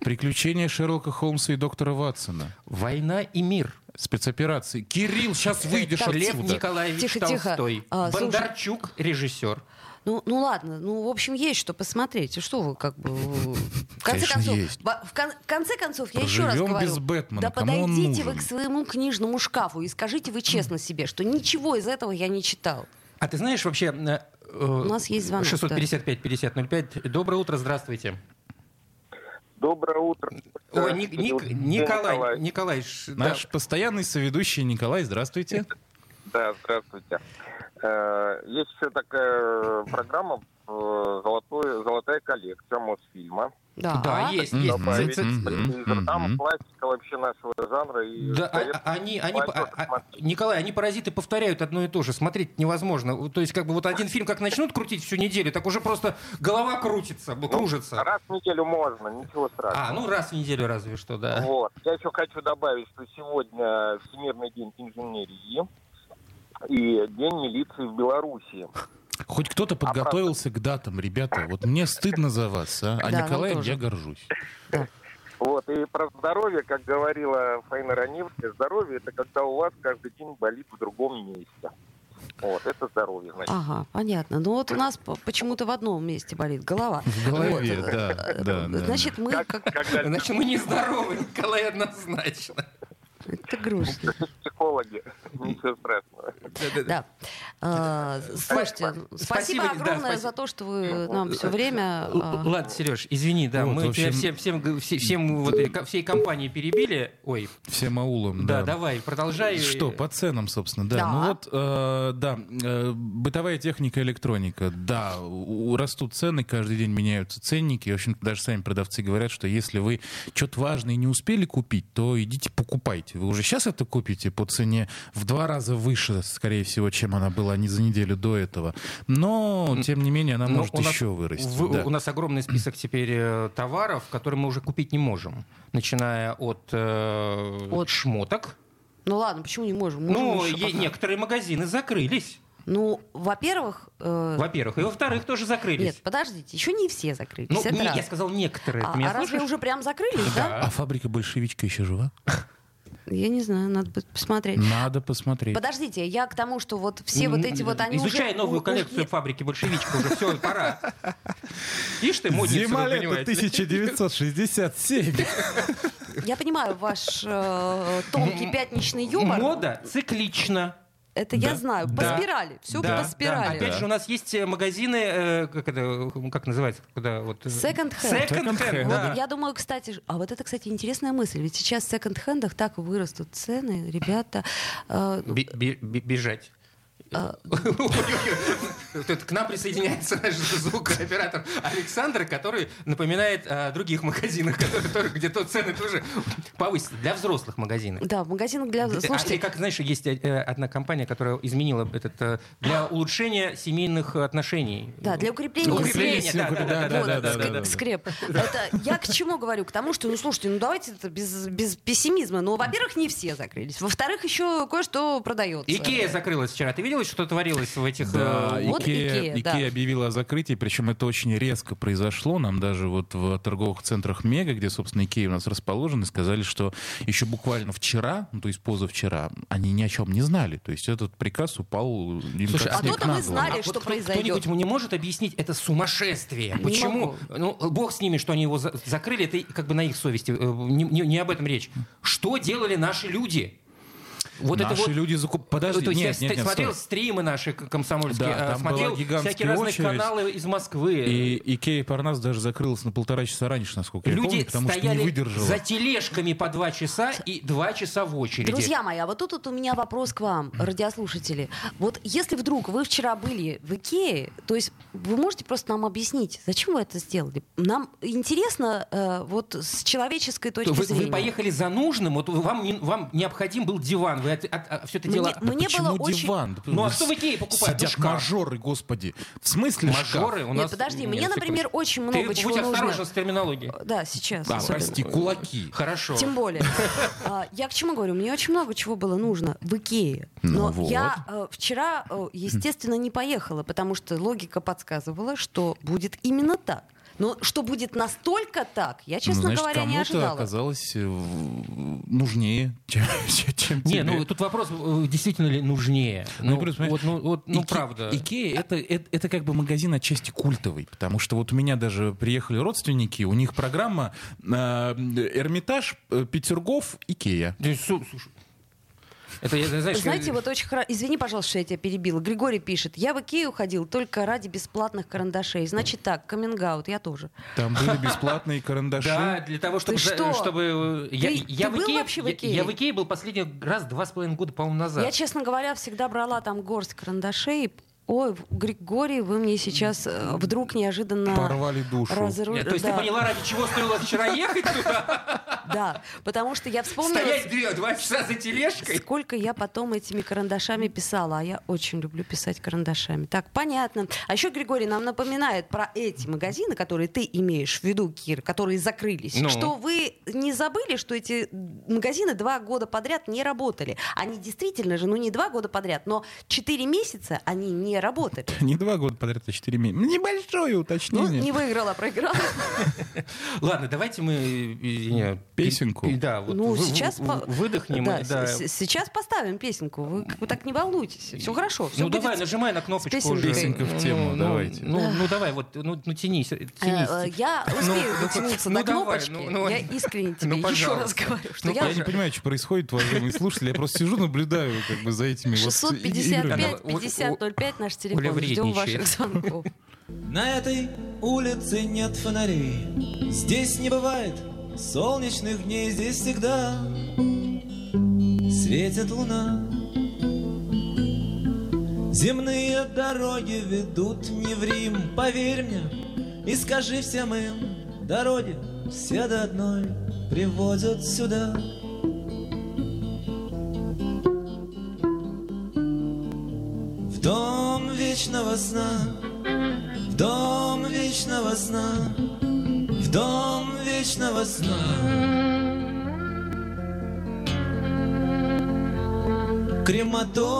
[SPEAKER 3] Приключения Шерлока Холмса и доктора Ватсона.
[SPEAKER 2] Война и мир.
[SPEAKER 3] Спецоперации. Кирилл,
[SPEAKER 1] Э,
[SPEAKER 3] сейчас выйдешь
[SPEAKER 2] Лев
[SPEAKER 3] отсюда.
[SPEAKER 2] Николаевич
[SPEAKER 1] Тихо, тихо.
[SPEAKER 2] Толстой.
[SPEAKER 1] А, слушай.
[SPEAKER 2] Бондарчук, режиссер.
[SPEAKER 1] Ну, ну ладно, ну, в общем, есть что посмотреть. И Что вы как бы... В конце
[SPEAKER 3] Конечно,
[SPEAKER 1] концов,
[SPEAKER 3] есть.
[SPEAKER 1] ба- в, кон- в конце концов, я еще раз
[SPEAKER 3] Проживем
[SPEAKER 1] говорю.
[SPEAKER 3] без Бэтмена,
[SPEAKER 1] Да
[SPEAKER 3] кому он
[SPEAKER 1] подойдите
[SPEAKER 3] нужен?
[SPEAKER 1] вы к своему книжному шкафу и скажите вы честно себе, что ничего из этого я не читал.
[SPEAKER 2] А ты знаешь вообще... э, У
[SPEAKER 1] нас есть звонок,
[SPEAKER 2] 655-5005. Доброе утро, здравствуйте.
[SPEAKER 6] Доброе утро. Э,
[SPEAKER 2] Ой, Ник- Ник-
[SPEAKER 6] Здравствуйте,
[SPEAKER 2] Николай, Николай, ш- да.
[SPEAKER 3] Наш постоянный соведущий Николай, здравствуйте.
[SPEAKER 6] Да, здравствуйте. Э, Есть еще такая программа э, «Золотой- «Золотая коллекция» Мосфильма.
[SPEAKER 1] Да,
[SPEAKER 2] Да, А, есть,
[SPEAKER 3] Мгм.
[SPEAKER 2] есть.
[SPEAKER 6] Добавить
[SPEAKER 2] Ц- ц-
[SPEAKER 3] Мгм.
[SPEAKER 6] Телевизор. Там
[SPEAKER 3] мгм.
[SPEAKER 6] классика вообще нашего жанра. И
[SPEAKER 2] Да, а-
[SPEAKER 6] советую
[SPEAKER 2] а- они, они,
[SPEAKER 6] молодежи
[SPEAKER 2] а- а-
[SPEAKER 6] смотреть.
[SPEAKER 2] Николай, они паразиты повторяют одно и то же, смотреть невозможно. Вот, То есть, как бы вот один фильм как начнут крутить всю неделю, так уже просто голова крутится, бу-
[SPEAKER 6] Ну,
[SPEAKER 2] кружится.
[SPEAKER 6] Раз в неделю можно, ничего страшного.
[SPEAKER 2] А, ну раз в неделю разве что, да.
[SPEAKER 6] Вот. Я еще хочу добавить, что сегодня Всемирный день инженерии и День милиции в Белоруссии.
[SPEAKER 3] Хоть кто-то подготовился к датам, ребята. Вот мне стыдно за вас, а, а
[SPEAKER 1] Да, нам
[SPEAKER 3] Николаем
[SPEAKER 1] тоже.
[SPEAKER 3] я горжусь.
[SPEAKER 6] Вот, и про здоровье, как говорила Фаина Раневская, здоровье это когда у вас каждый день болит в другом месте. Вот, это здоровье, значит.
[SPEAKER 1] Ага, понятно. Ну вот у нас по- почему-то в одном месте болит голова.
[SPEAKER 3] В голове,
[SPEAKER 1] Вот.
[SPEAKER 3] да,
[SPEAKER 1] Э,
[SPEAKER 3] да, да,
[SPEAKER 1] Значит, мы
[SPEAKER 6] Как-
[SPEAKER 1] как...
[SPEAKER 6] когда
[SPEAKER 2] Значит, мы нездоровы, Николай, однозначно.
[SPEAKER 1] Это грустно.
[SPEAKER 6] психологи, ничего страшного.
[SPEAKER 1] Да. А, Слушайте, спасибо,
[SPEAKER 2] Спасибо, да,
[SPEAKER 1] огромное
[SPEAKER 2] спасибо.
[SPEAKER 1] за то, что вы
[SPEAKER 3] Ну,
[SPEAKER 1] нам
[SPEAKER 3] э,
[SPEAKER 1] все время...
[SPEAKER 2] Л-
[SPEAKER 1] а,
[SPEAKER 2] л- Ладно, Сереж, извини, да,
[SPEAKER 3] Вот, в
[SPEAKER 2] мы тебя
[SPEAKER 3] общем-
[SPEAKER 2] всем, всем, г- все- всем вот, э, ко- всей компании перебили. Ой,
[SPEAKER 3] Всем аулом,
[SPEAKER 2] да,
[SPEAKER 3] да.
[SPEAKER 2] давай, продолжай.
[SPEAKER 3] Что, по ценам, собственно, да.
[SPEAKER 1] Да.
[SPEAKER 3] Ну вот, э, да, э, бытовая техника, электроника, да, у- у- растут цены, каждый день меняются ценники. И, В общем, даже сами продавцы говорят, что если вы что-то важное не успели купить, то идите покупайте. Вы уже сейчас это купите по цене в два раза выше, скорее всего, чем она была не за неделю до этого. Но, тем не менее, она
[SPEAKER 2] Но
[SPEAKER 3] А может
[SPEAKER 2] у нас-
[SPEAKER 3] еще вырасти.
[SPEAKER 2] в-
[SPEAKER 3] да.
[SPEAKER 2] У нас огромный список теперь э, товаров, которые мы уже купить не можем. Начиная от, э,
[SPEAKER 1] От-
[SPEAKER 2] шмоток.
[SPEAKER 1] Ну ладно, почему не можем? Можем
[SPEAKER 2] Ну,
[SPEAKER 1] еще
[SPEAKER 2] е-
[SPEAKER 1] пока.
[SPEAKER 2] некоторые магазины закрылись,
[SPEAKER 1] Ну, во-первых, э,
[SPEAKER 2] во-первых. И во-вторых, тоже закрылись.
[SPEAKER 1] нет, подождите, еще не все закрылись.
[SPEAKER 2] ну,
[SPEAKER 1] это
[SPEAKER 2] не-
[SPEAKER 1] раз.
[SPEAKER 2] я сказал некоторые.
[SPEAKER 1] а,
[SPEAKER 2] Ты меня
[SPEAKER 1] а разве
[SPEAKER 2] слышишь?
[SPEAKER 1] уже прям закрылись, да?
[SPEAKER 3] А фабрика большевичка еще жива?
[SPEAKER 1] Я не знаю, надо будет посмотреть.
[SPEAKER 3] Надо посмотреть.
[SPEAKER 1] Подождите, я к тому, что вот все вот эти вот они
[SPEAKER 2] Изучай
[SPEAKER 1] уже-
[SPEAKER 2] новую
[SPEAKER 1] у-
[SPEAKER 2] коллекцию
[SPEAKER 1] уж-
[SPEAKER 2] фабрики «Большевичка» уже, все, пора. Ишь ты, модница, вы понимаете.
[SPEAKER 3] 1967.
[SPEAKER 1] Я понимаю ваш э, тонкий пятничный юмор.
[SPEAKER 2] Мода циклична.
[SPEAKER 1] Это я знаю. По
[SPEAKER 2] Да.
[SPEAKER 1] спирали. Все
[SPEAKER 2] Да,
[SPEAKER 1] по
[SPEAKER 2] да.
[SPEAKER 1] спирали.
[SPEAKER 2] Опять же, у нас есть э, магазины, э, как это, как называется, куда вот... э,
[SPEAKER 1] Секонд-хенд.
[SPEAKER 2] Секонд-хенд,
[SPEAKER 3] Секонд-хенд,
[SPEAKER 1] Вот
[SPEAKER 2] да.
[SPEAKER 1] Я думаю, кстати, ж- а вот это, кстати, интересная мысль. Ведь сейчас в секонд-хендах так вырастут цены, ребята. э, ну,
[SPEAKER 2] Би- би- би- Бежать.
[SPEAKER 1] А.
[SPEAKER 2] Ой-ой-ой. Тут к нам присоединяется наш звукооператор Александр, который напоминает о других магазинах, которые тоже- где то цены тоже повысятся для взрослых магазинов.
[SPEAKER 1] да, в магазинах для...
[SPEAKER 2] А, и
[SPEAKER 1] Слушайте,
[SPEAKER 2] как знаешь, есть э, э, одна компания, которая изменила этот э, для улучшения семейных э, отношений.
[SPEAKER 1] Да, для укрепления
[SPEAKER 2] Укрепления,
[SPEAKER 3] семей.
[SPEAKER 2] да, да, да, да,
[SPEAKER 1] Вот,
[SPEAKER 2] да, да,
[SPEAKER 1] ск-
[SPEAKER 2] да, да.
[SPEAKER 1] скреп. Это я к чему говорю? К тому, что, ну слушайте, ну давайте это без, без пессимизма. Ну, во-первых, не все закрылись. Во-вторых, еще кое-что продается.
[SPEAKER 2] Икея закрылась вчера. Ты видела, что творилось в этих...
[SPEAKER 3] Э, Да,
[SPEAKER 2] э,
[SPEAKER 1] Вот
[SPEAKER 3] Икея,
[SPEAKER 1] Икея, да.
[SPEAKER 3] Икея объявила о закрытии, причем это очень резко произошло. Нам даже вот в торговых центрах Мега, где, собственно, Икея у нас расположены, сказали, что еще буквально вчера, ну, то есть позавчера, они ни о чем не знали. То есть этот приказ упал им
[SPEAKER 2] Слушай,
[SPEAKER 3] как
[SPEAKER 2] а
[SPEAKER 3] снег
[SPEAKER 1] то-то
[SPEAKER 3] на
[SPEAKER 1] мы
[SPEAKER 3] голову.
[SPEAKER 1] знали, что
[SPEAKER 2] кто-
[SPEAKER 1] произойдет.
[SPEAKER 2] Кто-нибудь мне может объяснить это сумасшествие? Почему?
[SPEAKER 1] могу.
[SPEAKER 2] Ну, бог с ними, что они его за- закрыли, это как бы на их совести. Э, Не, не- не об этом речь. Что делали наши люди? Вот
[SPEAKER 3] Наши
[SPEAKER 2] это вот...
[SPEAKER 3] люди закуп... Подожди,
[SPEAKER 2] То есть
[SPEAKER 3] нет,
[SPEAKER 2] я
[SPEAKER 3] нет, нет,
[SPEAKER 2] смотрел
[SPEAKER 3] стой.
[SPEAKER 2] стримы наши к- комсомольские,
[SPEAKER 3] Да,
[SPEAKER 2] а,
[SPEAKER 3] там
[SPEAKER 2] смотрел
[SPEAKER 3] была гигантская
[SPEAKER 2] всякие разные
[SPEAKER 3] очередь.
[SPEAKER 2] каналы из Москвы.
[SPEAKER 3] И Икея Парнас даже закрылась на полтора часа раньше, насколько я
[SPEAKER 2] Люди
[SPEAKER 3] помню, потому что не
[SPEAKER 2] стояли
[SPEAKER 3] выдержала.
[SPEAKER 2] за тележками по два часа и два часа в очереди.
[SPEAKER 1] Друзья мои, а вот тут вот у меня вопрос к вам, радиослушатели. Вот если вдруг вы вчера были в Икее, то есть вы можете просто нам объяснить, зачем вы это сделали? Нам интересно э, вот с человеческой точки
[SPEAKER 2] То вы,
[SPEAKER 1] зрения.
[SPEAKER 2] вы поехали за нужным, вот вам, не- вам необходим был диван, вы от- от- от- все это
[SPEAKER 1] Мне-
[SPEAKER 2] дело...
[SPEAKER 1] мы- Мне
[SPEAKER 3] Почему
[SPEAKER 1] было очень-
[SPEAKER 3] диван?
[SPEAKER 2] Ну, а что в Икее покупают?
[SPEAKER 3] Сидят
[SPEAKER 2] Ну, шкаф.
[SPEAKER 3] мажоры, господи. В смысле шкаф?
[SPEAKER 2] Мажоры у
[SPEAKER 1] Нет,
[SPEAKER 2] нас...
[SPEAKER 1] подожди,
[SPEAKER 2] Нет,
[SPEAKER 1] мне,
[SPEAKER 2] секундочку.
[SPEAKER 1] например, очень
[SPEAKER 2] Ты
[SPEAKER 1] много
[SPEAKER 2] будь
[SPEAKER 1] чего
[SPEAKER 2] осторожен
[SPEAKER 1] нужно. ну,
[SPEAKER 2] с терминологией.
[SPEAKER 1] Да, сейчас.
[SPEAKER 3] А,
[SPEAKER 1] особенно.
[SPEAKER 3] прости, кулаки.
[SPEAKER 2] Хорошо.
[SPEAKER 1] Тем более. А, Я к чему говорю? Мне очень много чего было нужно в Икее.
[SPEAKER 3] Ну
[SPEAKER 1] Но
[SPEAKER 3] вот.
[SPEAKER 1] я э, вчера, э, естественно, не поехала, потому что логика подсказывала, что будет именно так. Но что будет настолько так, я,
[SPEAKER 3] Ну,
[SPEAKER 1] честно
[SPEAKER 3] значит,
[SPEAKER 1] говоря, не
[SPEAKER 3] кому-то
[SPEAKER 1] ожидала.
[SPEAKER 3] оказалось э, в- нужнее, чем, чем
[SPEAKER 2] Не,
[SPEAKER 3] тебе.
[SPEAKER 2] ну тут вопрос, э, действительно ли нужнее.
[SPEAKER 3] Ну,
[SPEAKER 2] Ну,
[SPEAKER 3] плюс,
[SPEAKER 2] вот, ну, вот, ну,
[SPEAKER 3] Ике-
[SPEAKER 2] правда.
[SPEAKER 3] Икея это, это, это как бы магазин отчасти культовый, потому что вот у меня даже приехали родственники, у них программа э, Эрмитаж, э, Петергоф, Икея.
[SPEAKER 2] Да, су- слушай, Это, я- знаешь, э,
[SPEAKER 1] Знаете,
[SPEAKER 2] как-
[SPEAKER 1] вот очень хорошо... Извини, пожалуйста, что я тебя перебила. Григорий пишет, я в Икею ходил только ради бесплатных карандашей. Значит так, каминг я тоже.
[SPEAKER 3] Там были бесплатные карандаши.
[SPEAKER 2] Да, для того, чтобы...
[SPEAKER 1] Ты
[SPEAKER 2] за-
[SPEAKER 1] что?
[SPEAKER 2] чтобы э, я,
[SPEAKER 1] Ты-
[SPEAKER 2] я
[SPEAKER 1] ты был
[SPEAKER 2] Икее-
[SPEAKER 1] вообще в
[SPEAKER 2] я-
[SPEAKER 1] Икее?
[SPEAKER 2] я в Икее был последний раз два с половиной года, по-моему, назад.
[SPEAKER 1] Я, честно говоря, всегда брала там горсть карандашей. Ой, Григорий, вы мне сейчас э, вдруг неожиданно...
[SPEAKER 3] Порвали душу.
[SPEAKER 1] разру-
[SPEAKER 2] Нет, то есть
[SPEAKER 1] да.
[SPEAKER 2] ты поняла, ради чего стоило вчера ехать туда?
[SPEAKER 1] Да, потому что я вспомнила,
[SPEAKER 2] Стоять две- два часа за тележкой?
[SPEAKER 1] сколько я потом этими карандашами писала. А я очень люблю писать карандашами. Так, понятно. А еще Григорий нам напоминает про эти магазины, которые ты имеешь в виду, Кир, которые закрылись.
[SPEAKER 2] Ну.
[SPEAKER 1] Что вы не забыли, что эти магазины два года подряд не работали. Они действительно же, ну не два года подряд, но четыре месяца они не работали.
[SPEAKER 3] Не два года подряд, а четыре месяца. Небольшое
[SPEAKER 1] Ну,
[SPEAKER 3] уточнение.
[SPEAKER 1] не выиграла, проиграла.
[SPEAKER 2] Ладно, давайте мы... извини,
[SPEAKER 3] Песенку.
[SPEAKER 2] пи- Да, вот
[SPEAKER 1] Ну,
[SPEAKER 2] вы-
[SPEAKER 1] сейчас...
[SPEAKER 2] вы-
[SPEAKER 1] по-
[SPEAKER 2] Выдохнем.
[SPEAKER 1] Да,
[SPEAKER 2] и- да.
[SPEAKER 1] с- с- Сейчас поставим песенку. Вы как бы так не волнуйтесь. Все хорошо. всё
[SPEAKER 2] Ну давай,
[SPEAKER 1] будет
[SPEAKER 2] нажимай на кнопочку
[SPEAKER 1] песенкой.
[SPEAKER 2] уже.
[SPEAKER 3] Песенка в тему,
[SPEAKER 2] ну,
[SPEAKER 3] давайте.
[SPEAKER 2] Ну, ну, давай, вот, ну, ну тянись, тянись. типа,
[SPEAKER 1] Э, э, Я успею дотянуться
[SPEAKER 2] ну
[SPEAKER 1] до
[SPEAKER 2] давай,
[SPEAKER 1] кнопочки.
[SPEAKER 2] ну, ну,
[SPEAKER 1] я искренне
[SPEAKER 2] ну,
[SPEAKER 1] тебе еще раз
[SPEAKER 2] пожалуйста.
[SPEAKER 1] говорю, что
[SPEAKER 2] Ну,
[SPEAKER 1] я
[SPEAKER 3] Я
[SPEAKER 1] уже
[SPEAKER 3] не понимаю, что происходит, уважаемые слушатели. Я просто сижу, наблюдаю как бы за этими вот играми.
[SPEAKER 1] 655
[SPEAKER 2] играми.
[SPEAKER 1] 50 05 наш
[SPEAKER 2] ну, Оля
[SPEAKER 1] телефон. Ждем
[SPEAKER 2] вредничает.
[SPEAKER 1] ваших звонков.
[SPEAKER 7] На этой улице нет фонарей, здесь не бывает солнечных дней, здесь всегда светит луна. Земные дороги ведут не в Рим, поверь мне, и скажи всем им, дороги все до одной приводят сюда. В дом вечного сна. В дом вечного сна, в дом вечного сна.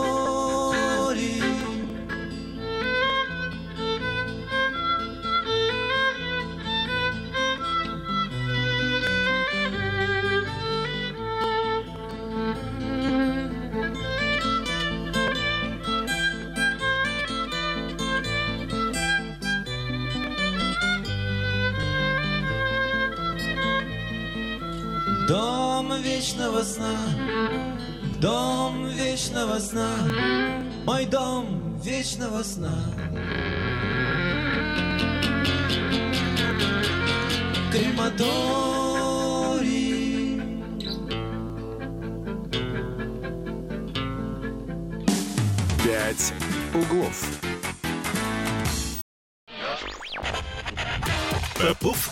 [SPEAKER 7] Крематорий. Дом вечного сна, дом вечного сна, мой дом вечного сна. Крематорий.
[SPEAKER 5] Пять углов. Попов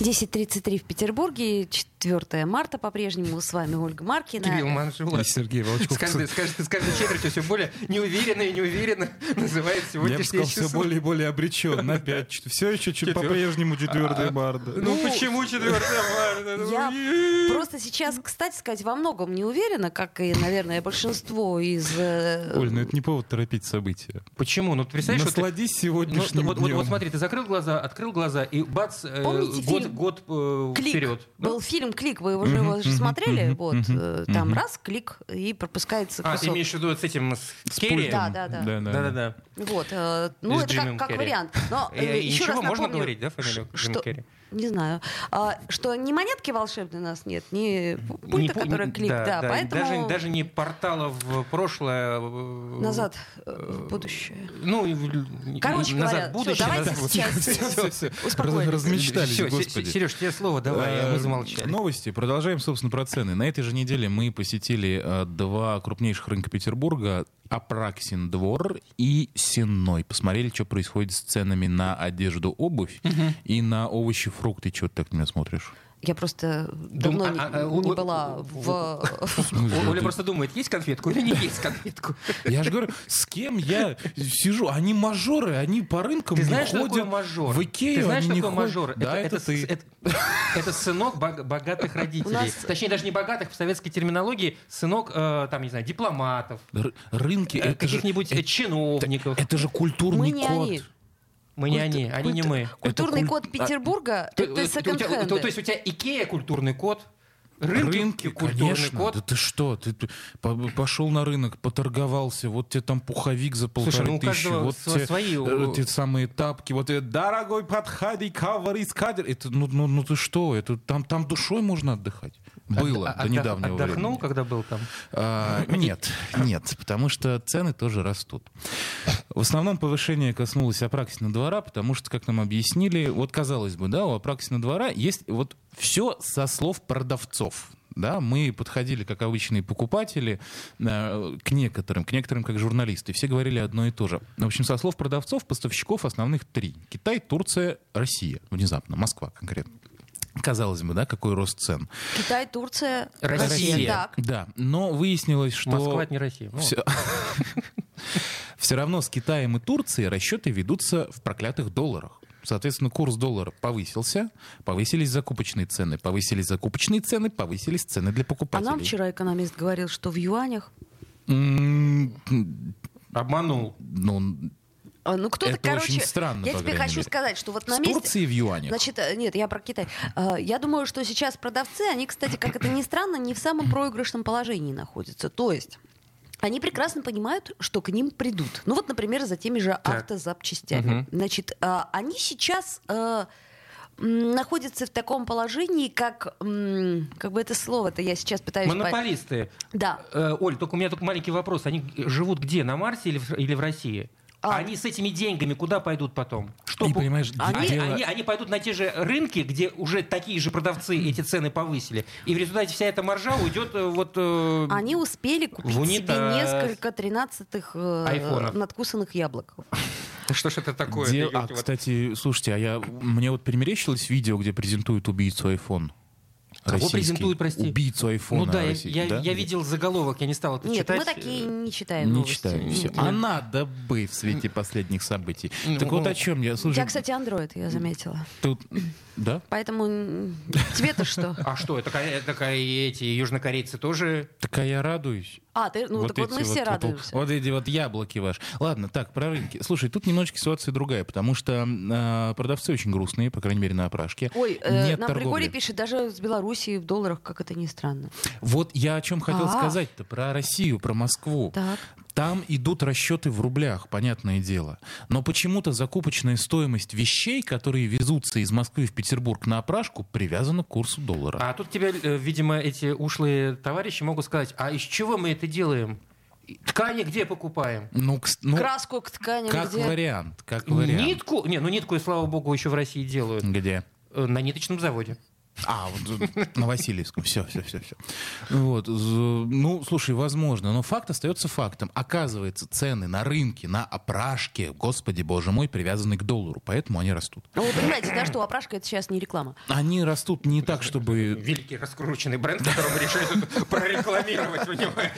[SPEAKER 1] 10.33 в Петербурге, 4 марта по-прежнему. С вами Ольга
[SPEAKER 2] Кирилл
[SPEAKER 1] Маркина.
[SPEAKER 2] Манжула.
[SPEAKER 3] И Сергей Волчков.
[SPEAKER 2] С каждой, с каждой- с каждой четвертью все более неуверенно и неуверенно называет
[SPEAKER 3] Я бы
[SPEAKER 2] сегодняшнее
[SPEAKER 3] сказал, все
[SPEAKER 2] число.
[SPEAKER 3] более и более обречен на пять. Все еще чуть
[SPEAKER 2] Четвёр-
[SPEAKER 3] по-прежнему четвертая барда.
[SPEAKER 2] Ну, почему четвертая марта? Ну,
[SPEAKER 1] Я просто сейчас, кстати сказать, во многом не уверена, как и, наверное, большинство из... э,
[SPEAKER 3] Оль, ну это не повод торопить события.
[SPEAKER 2] Почему? Ну, ты представляешь, вот ты-
[SPEAKER 3] Насладись
[SPEAKER 2] ну, что-
[SPEAKER 3] сегодняшним
[SPEAKER 2] вот, вот, вот
[SPEAKER 3] днем.
[SPEAKER 2] смотри, ты закрыл глаза, открыл глаза, и бац, э,
[SPEAKER 1] Помните
[SPEAKER 2] год год, год э,
[SPEAKER 1] Клик.
[SPEAKER 2] вперед. Ну,
[SPEAKER 1] Был фильм «Клик», вы его же, его же смотрели, вот, э, там раз, клик, и пропускается
[SPEAKER 2] А, ты
[SPEAKER 1] кусок.
[SPEAKER 2] имеешь в виду с этим, с
[SPEAKER 3] С
[SPEAKER 2] Керри?
[SPEAKER 3] пультом.
[SPEAKER 1] Да, да, да.
[SPEAKER 2] Да-да-да.
[SPEAKER 1] Вот, э, ну
[SPEAKER 2] С
[SPEAKER 1] это
[SPEAKER 2] Джимом
[SPEAKER 1] как, как
[SPEAKER 2] Керри.
[SPEAKER 1] вариант. Но
[SPEAKER 2] И-
[SPEAKER 1] э,
[SPEAKER 2] и
[SPEAKER 1] еще
[SPEAKER 2] ничего, можно
[SPEAKER 1] раз напомню,
[SPEAKER 2] говорить, да, фамилию
[SPEAKER 1] ш-
[SPEAKER 2] Джима
[SPEAKER 1] что-
[SPEAKER 2] Керри?
[SPEAKER 1] Не знаю. А, что ни монетки волшебной у нас нет, ни пульта,
[SPEAKER 2] Не пу-
[SPEAKER 1] который
[SPEAKER 2] не-
[SPEAKER 1] клик, да,
[SPEAKER 2] и
[SPEAKER 1] поэтому
[SPEAKER 2] даже, даже не портала в прошлое. э,
[SPEAKER 1] назад э, в будущее.
[SPEAKER 2] Ну, и в-
[SPEAKER 1] Короче
[SPEAKER 2] назад в
[SPEAKER 1] говоря, всё,
[SPEAKER 2] будущее.
[SPEAKER 1] давайте
[SPEAKER 2] назад в
[SPEAKER 1] сейчас
[SPEAKER 2] будущее. Всё, всё.
[SPEAKER 1] Успокоились.
[SPEAKER 3] Размечтались,
[SPEAKER 2] Всё, Се-
[SPEAKER 3] господи.
[SPEAKER 2] Сереж, тебе слово давай, а мы
[SPEAKER 3] Э,
[SPEAKER 2] замолчали.
[SPEAKER 3] Новости. Продолжаем, собственно, про цены. На этой же неделе мы посетили э, два крупнейших рынка Петербурга. Апраксин двор и Сенной. Посмотрели, что происходит с ценами на одежду, обувь и на овощи, фрукты. Чего ты так на меня смотришь?
[SPEAKER 1] Я просто давно
[SPEAKER 2] а-
[SPEAKER 1] не,
[SPEAKER 2] а- а,
[SPEAKER 1] не
[SPEAKER 2] у-
[SPEAKER 1] была
[SPEAKER 2] у-
[SPEAKER 1] в...
[SPEAKER 3] В смысле?
[SPEAKER 2] О- Оля
[SPEAKER 3] Ты-
[SPEAKER 2] просто думает, есть конфетку или не есть конфетку.
[SPEAKER 3] Я же говорю, с кем я сижу? Они мажоры, они по рынкам
[SPEAKER 2] Ты
[SPEAKER 3] не
[SPEAKER 2] знаешь, что
[SPEAKER 3] ходят.
[SPEAKER 2] такое мажор?
[SPEAKER 3] В Икею
[SPEAKER 2] Ты
[SPEAKER 3] они
[SPEAKER 2] знаешь, что
[SPEAKER 3] не
[SPEAKER 2] такое
[SPEAKER 3] ходят.
[SPEAKER 2] мажор?
[SPEAKER 3] Да, это,
[SPEAKER 2] с-
[SPEAKER 3] ты.
[SPEAKER 2] это- это сынок бог- богатых родителей.
[SPEAKER 1] У нас-
[SPEAKER 2] Точнее, даже не богатых, в советской терминологии, сынок, э, там, не знаю, дипломатов,
[SPEAKER 3] Р- рынки,
[SPEAKER 2] э,
[SPEAKER 3] это же,
[SPEAKER 2] каких-нибудь э,
[SPEAKER 3] это-
[SPEAKER 2] чиновников.
[SPEAKER 3] это же
[SPEAKER 1] Мы
[SPEAKER 3] культурный
[SPEAKER 1] не
[SPEAKER 3] код.
[SPEAKER 1] они.
[SPEAKER 2] Мы не
[SPEAKER 1] культ-
[SPEAKER 2] они, они не мы.
[SPEAKER 1] Культурный
[SPEAKER 3] куль-
[SPEAKER 1] код Петербурга,
[SPEAKER 2] а, То,
[SPEAKER 1] это
[SPEAKER 2] то- у тебя-
[SPEAKER 1] секонд-хенды.
[SPEAKER 2] то- то есть у тебя Икея культурный код, рынки,
[SPEAKER 3] Рынки,
[SPEAKER 2] культурный
[SPEAKER 3] конечно.
[SPEAKER 2] код.
[SPEAKER 3] Да ты что? Ты ты по- пошел на рынок, поторговался, вот тебе там пуховик за полторы
[SPEAKER 2] ну, у
[SPEAKER 3] тысячи,
[SPEAKER 2] каждого
[SPEAKER 3] вот
[SPEAKER 2] сво-
[SPEAKER 3] тебе,
[SPEAKER 2] свои,
[SPEAKER 3] э,
[SPEAKER 2] у-
[SPEAKER 3] те самые тапки, вот э, дорогой подходи, кавер из кадр. Это, ну, ну, ну ты что? Это там, там душой можно отдыхать. Было
[SPEAKER 2] Отдох-
[SPEAKER 3] до недавнего
[SPEAKER 2] Отдохнул,
[SPEAKER 3] времени.
[SPEAKER 2] когда был там?
[SPEAKER 3] А, Нет, нет, потому что цены тоже растут. В основном повышение коснулось Апраксина двора, потому что, как нам объяснили, вот казалось бы, да, у Апраксина двора есть вот все со слов продавцов. Да, мы подходили, как обычные покупатели, э, к некоторым, к некоторым как журналисты. Все говорили одно и то же. В общем, со слов продавцов, поставщиков основных три. Китай, Турция, Россия. Внезапно. Москва конкретно. Казалось бы, да, какой рост цен.
[SPEAKER 1] Китай, Турция,
[SPEAKER 2] Россия.
[SPEAKER 1] Так,
[SPEAKER 3] Да, но выяснилось, что...
[SPEAKER 2] Москва это не Россия. Ну,
[SPEAKER 3] Все... равно с Китаем и Турцией расчеты ведутся в проклятых долларах. Соответственно, курс доллара повысился, повысились закупочные цены, повысились закупочные цены, повысились цены для
[SPEAKER 1] а
[SPEAKER 3] покупателей.
[SPEAKER 1] нам вчера экономист говорил, что в юанях...
[SPEAKER 3] М,
[SPEAKER 2] Обманул.
[SPEAKER 3] Ну,
[SPEAKER 1] А, Ну, кто-то,
[SPEAKER 3] Это
[SPEAKER 1] короче...
[SPEAKER 3] очень странно,
[SPEAKER 1] я
[SPEAKER 3] по
[SPEAKER 1] тебе
[SPEAKER 3] крайней
[SPEAKER 1] хочу
[SPEAKER 3] мере.
[SPEAKER 1] сказать, что вот на
[SPEAKER 3] с
[SPEAKER 1] месте...
[SPEAKER 3] Турцией в юанях.
[SPEAKER 1] Значит, э, нет, я про Китай. Э, Я думаю, что сейчас продавцы, они, кстати, как это ни странно, не в самом проигрышном положении находятся. То есть они прекрасно понимают, что к ним придут. Ну вот, например, за теми же автозапчастями.
[SPEAKER 2] Мгм.
[SPEAKER 1] Значит, э, они сейчас э, м, находятся в таком положении, как... м, Как бы это слово-то я сейчас пытаюсь... по-
[SPEAKER 2] Монополисты.
[SPEAKER 1] Да.
[SPEAKER 2] Э, Оль, только у меня только маленький вопрос. Они живут где? На Марсе или в, или в России?
[SPEAKER 1] А.
[SPEAKER 2] Они с этими деньгами куда пойдут потом? Что
[SPEAKER 3] И
[SPEAKER 2] пу-
[SPEAKER 3] понимаешь,
[SPEAKER 2] они,
[SPEAKER 3] дело-
[SPEAKER 2] они- они пойдут на те же рынки, где уже такие же продавцы эти цены повысили. И в результате вся эта маржа уйдет э, вот... э,
[SPEAKER 1] Они успели купить
[SPEAKER 2] В
[SPEAKER 1] себе
[SPEAKER 2] унитаз.
[SPEAKER 1] несколько тринадцатых э,
[SPEAKER 2] Айфонов. А
[SPEAKER 1] надкусанных яблок.
[SPEAKER 2] Что ж это такое?
[SPEAKER 3] Дел-
[SPEAKER 2] Это,
[SPEAKER 3] А,
[SPEAKER 2] Юль, вот-
[SPEAKER 3] кстати, слушайте, а я... мне вот перемерещилось видео, где презентуют убийцу iPhone.
[SPEAKER 2] Кого
[SPEAKER 3] Российский.
[SPEAKER 2] презентуют, прости?
[SPEAKER 3] Убийцу айфона.
[SPEAKER 2] Ну да, я-
[SPEAKER 3] россий-
[SPEAKER 2] я,
[SPEAKER 3] да?
[SPEAKER 2] я видел заголовок, я не стал это
[SPEAKER 1] Нет,
[SPEAKER 2] читать.
[SPEAKER 1] мы такие не читаем
[SPEAKER 3] Не
[SPEAKER 1] новости.
[SPEAKER 3] читаю все. А надо бы в свете последних событий.
[SPEAKER 2] Ну,
[SPEAKER 3] Так вот
[SPEAKER 2] ну.
[SPEAKER 3] о чем я.
[SPEAKER 1] У
[SPEAKER 3] Слушай,
[SPEAKER 1] тебя, кстати, Android, я заметила.
[SPEAKER 3] тут... Да?
[SPEAKER 1] Поэтому м, тебе-то что?
[SPEAKER 2] А что, это, ка- это ка- и эти южнокорейцы тоже?
[SPEAKER 3] Так а я радуюсь.
[SPEAKER 1] А, ты, ну так вот
[SPEAKER 3] эти
[SPEAKER 1] мы все
[SPEAKER 3] вот-
[SPEAKER 1] радуемся.
[SPEAKER 3] Вот, вот эти вот яблоки ваши. Ладно, так, про рынки. Слушай, тут немножечко ситуация другая, потому что э, продавцы очень грустные, по крайней мере, на опрашке.
[SPEAKER 1] Ой, э,
[SPEAKER 3] Нет
[SPEAKER 1] нам
[SPEAKER 3] торговли.
[SPEAKER 1] Григорий пишет, даже с Белоруссией в долларах, как это ни странно.
[SPEAKER 3] Вот я о чем хотел
[SPEAKER 1] А.
[SPEAKER 3] сказать-то, про Россию, про Москву.
[SPEAKER 1] Так.
[SPEAKER 3] Там идут расчеты в рублях, понятное дело. Но почему-то закупочная стоимость вещей, которые везутся из Москвы в Петербург на опрашку, привязана к курсу доллара.
[SPEAKER 2] А тут тебе, э, видимо, эти ушлые товарищи могут сказать, а из чего мы это делаем? И Ткани где покупаем?
[SPEAKER 3] Ну, кс- ну,
[SPEAKER 1] Краску к тканям,
[SPEAKER 3] как
[SPEAKER 1] где...
[SPEAKER 3] вариант, как вариант.
[SPEAKER 2] Нитку? Не, ну нитку, слава богу, еще в России делают.
[SPEAKER 3] Где?
[SPEAKER 2] Э, На ниточном заводе.
[SPEAKER 3] А, вот тут на Васильевском. Все, все, все, все. Вот. з- Ну, слушай, возможно, но факт остается фактом. Оказывается, цены на рынке, на опрашке, господи боже мой, привязаны к доллару, поэтому они растут.
[SPEAKER 1] Ну, вы понимаете, да, что опрашка это сейчас не реклама.
[SPEAKER 3] Они растут не так, чтобы...
[SPEAKER 2] Великий раскрученный бренд, которого решили тут прорекламировать, понимаете?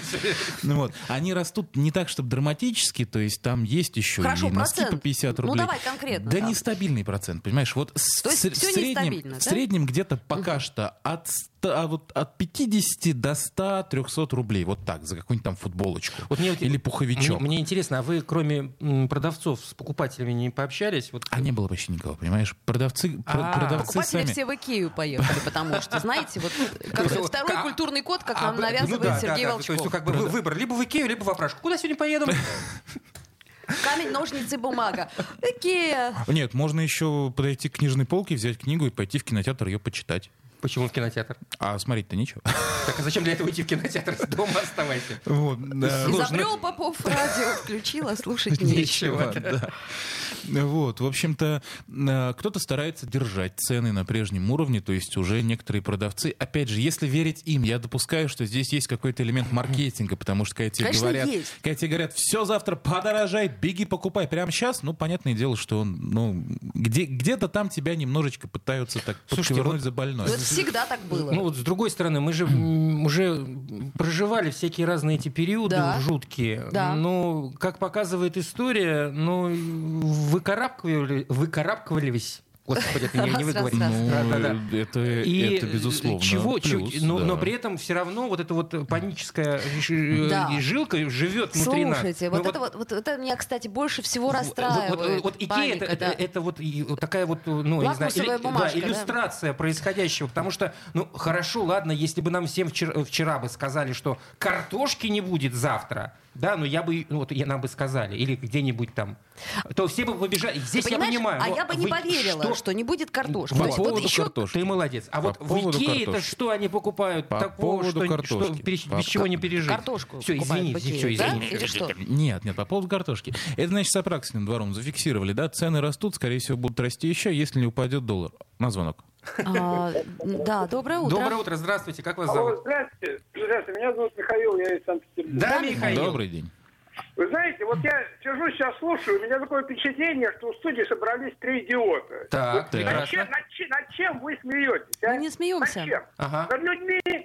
[SPEAKER 3] Ну вот, они растут не так, чтобы драматически, то есть там есть еще
[SPEAKER 1] Хорошо,
[SPEAKER 3] и носки
[SPEAKER 1] процент.
[SPEAKER 3] по 50
[SPEAKER 1] Ну,
[SPEAKER 3] рублей.
[SPEAKER 1] давай конкретно,
[SPEAKER 3] Да
[SPEAKER 1] да.
[SPEAKER 3] нестабильный процент, понимаешь? Вот с-
[SPEAKER 1] То есть
[SPEAKER 3] с- в
[SPEAKER 1] всё
[SPEAKER 3] среднем,
[SPEAKER 1] нестабильно,
[SPEAKER 3] в
[SPEAKER 1] да?
[SPEAKER 3] среднем где-то пока что от, ста- а вот от 50 до 100, 300 рублей. Вот так, за какую-нибудь там футболочку.
[SPEAKER 2] Вот мне вот-
[SPEAKER 3] Или пуховичок.
[SPEAKER 2] Мне, мне интересно, а вы, кроме м, продавцов, с покупателями не пообщались? Вот,
[SPEAKER 3] А не было почти никого, понимаешь? Продавцы, про-
[SPEAKER 2] А.
[SPEAKER 3] продавцы
[SPEAKER 1] Покупатели
[SPEAKER 3] сами...
[SPEAKER 1] все в Икею поехали, потому что, знаете, вот как
[SPEAKER 2] есть,
[SPEAKER 1] второй
[SPEAKER 2] а-
[SPEAKER 1] культурный код, как
[SPEAKER 2] А,
[SPEAKER 1] нам
[SPEAKER 2] б- ну
[SPEAKER 1] навязывает
[SPEAKER 2] да,
[SPEAKER 1] Сергей
[SPEAKER 2] да, да, То
[SPEAKER 1] Волчков.
[SPEAKER 2] есть, ну, как бы вы- выбор, либо в Икею, либо в Опрашку. Куда сегодня поеду?
[SPEAKER 1] Камень, ножницы, бумага. Икея.
[SPEAKER 3] Нет, можно еще подойти к книжной полке, взять книгу и пойти в кинотеатр ее почитать.
[SPEAKER 2] Почему в кинотеатр?
[SPEAKER 3] А смотреть-то нечего.
[SPEAKER 2] Так а зачем для этого идти в кинотеатр? Дома оставайся.
[SPEAKER 3] Вот,
[SPEAKER 2] Э,
[SPEAKER 1] И забрел Попов радио, включила, слушать нечего.
[SPEAKER 3] да. Вот, в общем-то, э, кто-то старается держать цены на прежнем уровне, то есть уже некоторые продавцы, опять же, если верить им, я допускаю, что здесь есть какой-то элемент маркетинга, потому что когда тебе
[SPEAKER 1] Конечно,
[SPEAKER 3] говорят,
[SPEAKER 1] есть.
[SPEAKER 3] когда тебе говорят, все завтра подорожает, беги покупай прямо сейчас, ну, понятное дело, что он, ну, где, где-то там тебя немножечко пытаются так
[SPEAKER 2] Слушайте,
[SPEAKER 3] подковырнуть
[SPEAKER 2] вот-
[SPEAKER 3] за больное.
[SPEAKER 1] Ну, это всегда так было.
[SPEAKER 2] Ну вот с другой стороны, мы же м, уже проживали всякие разные эти периоды
[SPEAKER 1] Да.
[SPEAKER 2] жуткие.
[SPEAKER 1] Да.
[SPEAKER 2] Но, как показывает история, ну, выкарабкивали- выкарабкивались. Господи, это не, не
[SPEAKER 1] Раз, раз,
[SPEAKER 2] выговорить.
[SPEAKER 1] раз.
[SPEAKER 3] Ну,
[SPEAKER 2] Да-да-да.
[SPEAKER 3] Это,
[SPEAKER 2] И
[SPEAKER 3] Ну,
[SPEAKER 2] э,
[SPEAKER 3] это безусловно.
[SPEAKER 2] Чего,
[SPEAKER 3] плюс,
[SPEAKER 2] чего- но,
[SPEAKER 3] да.
[SPEAKER 2] но при этом все равно вот эта вот паническая ж-
[SPEAKER 1] Да.
[SPEAKER 2] э, жилка живет внутри нас.
[SPEAKER 1] Слушайте,
[SPEAKER 2] Ну
[SPEAKER 1] вот, это вот, вот это меня, кстати, больше всего расстраивает.
[SPEAKER 2] Вот, вот- вот Икея это,
[SPEAKER 1] Паника,
[SPEAKER 2] э,
[SPEAKER 1] да.
[SPEAKER 2] это- это вот, и- вот такая вот, ну, не знаю, да,
[SPEAKER 1] Лакмусовая бумажка, да.
[SPEAKER 2] иллюстрация происходящего. Потому что, ну, хорошо, ладно, если бы нам всем вчера, вчера бы сказали, что картошки не будет завтра, да, но я бы, ну, вот я- нам бы сказали, или где-нибудь там, то все бы побежали.
[SPEAKER 1] Ты
[SPEAKER 2] Здесь я
[SPEAKER 1] понимаешь?
[SPEAKER 2] понимаю.
[SPEAKER 1] А
[SPEAKER 2] но
[SPEAKER 1] я бы не
[SPEAKER 2] вы
[SPEAKER 1] поверила, что,
[SPEAKER 2] что-
[SPEAKER 1] не будет картошки.
[SPEAKER 3] По
[SPEAKER 1] То есть вот
[SPEAKER 3] поводу
[SPEAKER 1] еще-
[SPEAKER 3] картошки.
[SPEAKER 2] Ты молодец. А
[SPEAKER 3] По
[SPEAKER 2] вот в
[SPEAKER 3] поводу
[SPEAKER 2] Икее-то
[SPEAKER 3] картошки.
[SPEAKER 2] что они покупают
[SPEAKER 3] По
[SPEAKER 2] такого,
[SPEAKER 3] поводу
[SPEAKER 2] что, что
[SPEAKER 3] картошки.
[SPEAKER 2] переч-
[SPEAKER 3] По-
[SPEAKER 2] без чего не пережить?
[SPEAKER 1] Картошку
[SPEAKER 2] Все,
[SPEAKER 1] покупают
[SPEAKER 2] извини,
[SPEAKER 1] в Икее,
[SPEAKER 2] все,
[SPEAKER 1] да?
[SPEAKER 2] извини.
[SPEAKER 1] Или что?
[SPEAKER 3] Нет, нет, по поводу картошки. Это значит, с Апраксиным двором зафиксировали, да, цены растут, скорее всего, будут расти еще, если не упадет доллар. На звонок.
[SPEAKER 1] А, да, доброе утро.
[SPEAKER 2] Доброе утро, здравствуйте, как вас
[SPEAKER 8] Алло,
[SPEAKER 2] зовут?
[SPEAKER 8] здравствуйте. Здравствуйте, меня зовут Михаил, я из Санкт-Петербурга.
[SPEAKER 2] Да, Михаил.
[SPEAKER 3] Добрый день.
[SPEAKER 8] Вы знаете, вот я сижу сейчас слушаю, у меня такое впечатление, что в студии собрались три идиота.
[SPEAKER 2] Так,
[SPEAKER 3] Вот,
[SPEAKER 8] Над
[SPEAKER 2] прекрасно.
[SPEAKER 8] чем, над чем- над чем вы смеетесь? а?
[SPEAKER 1] Мы не смеемся.
[SPEAKER 8] Над чем?
[SPEAKER 2] Ага.
[SPEAKER 8] Над людьми?
[SPEAKER 3] Нет.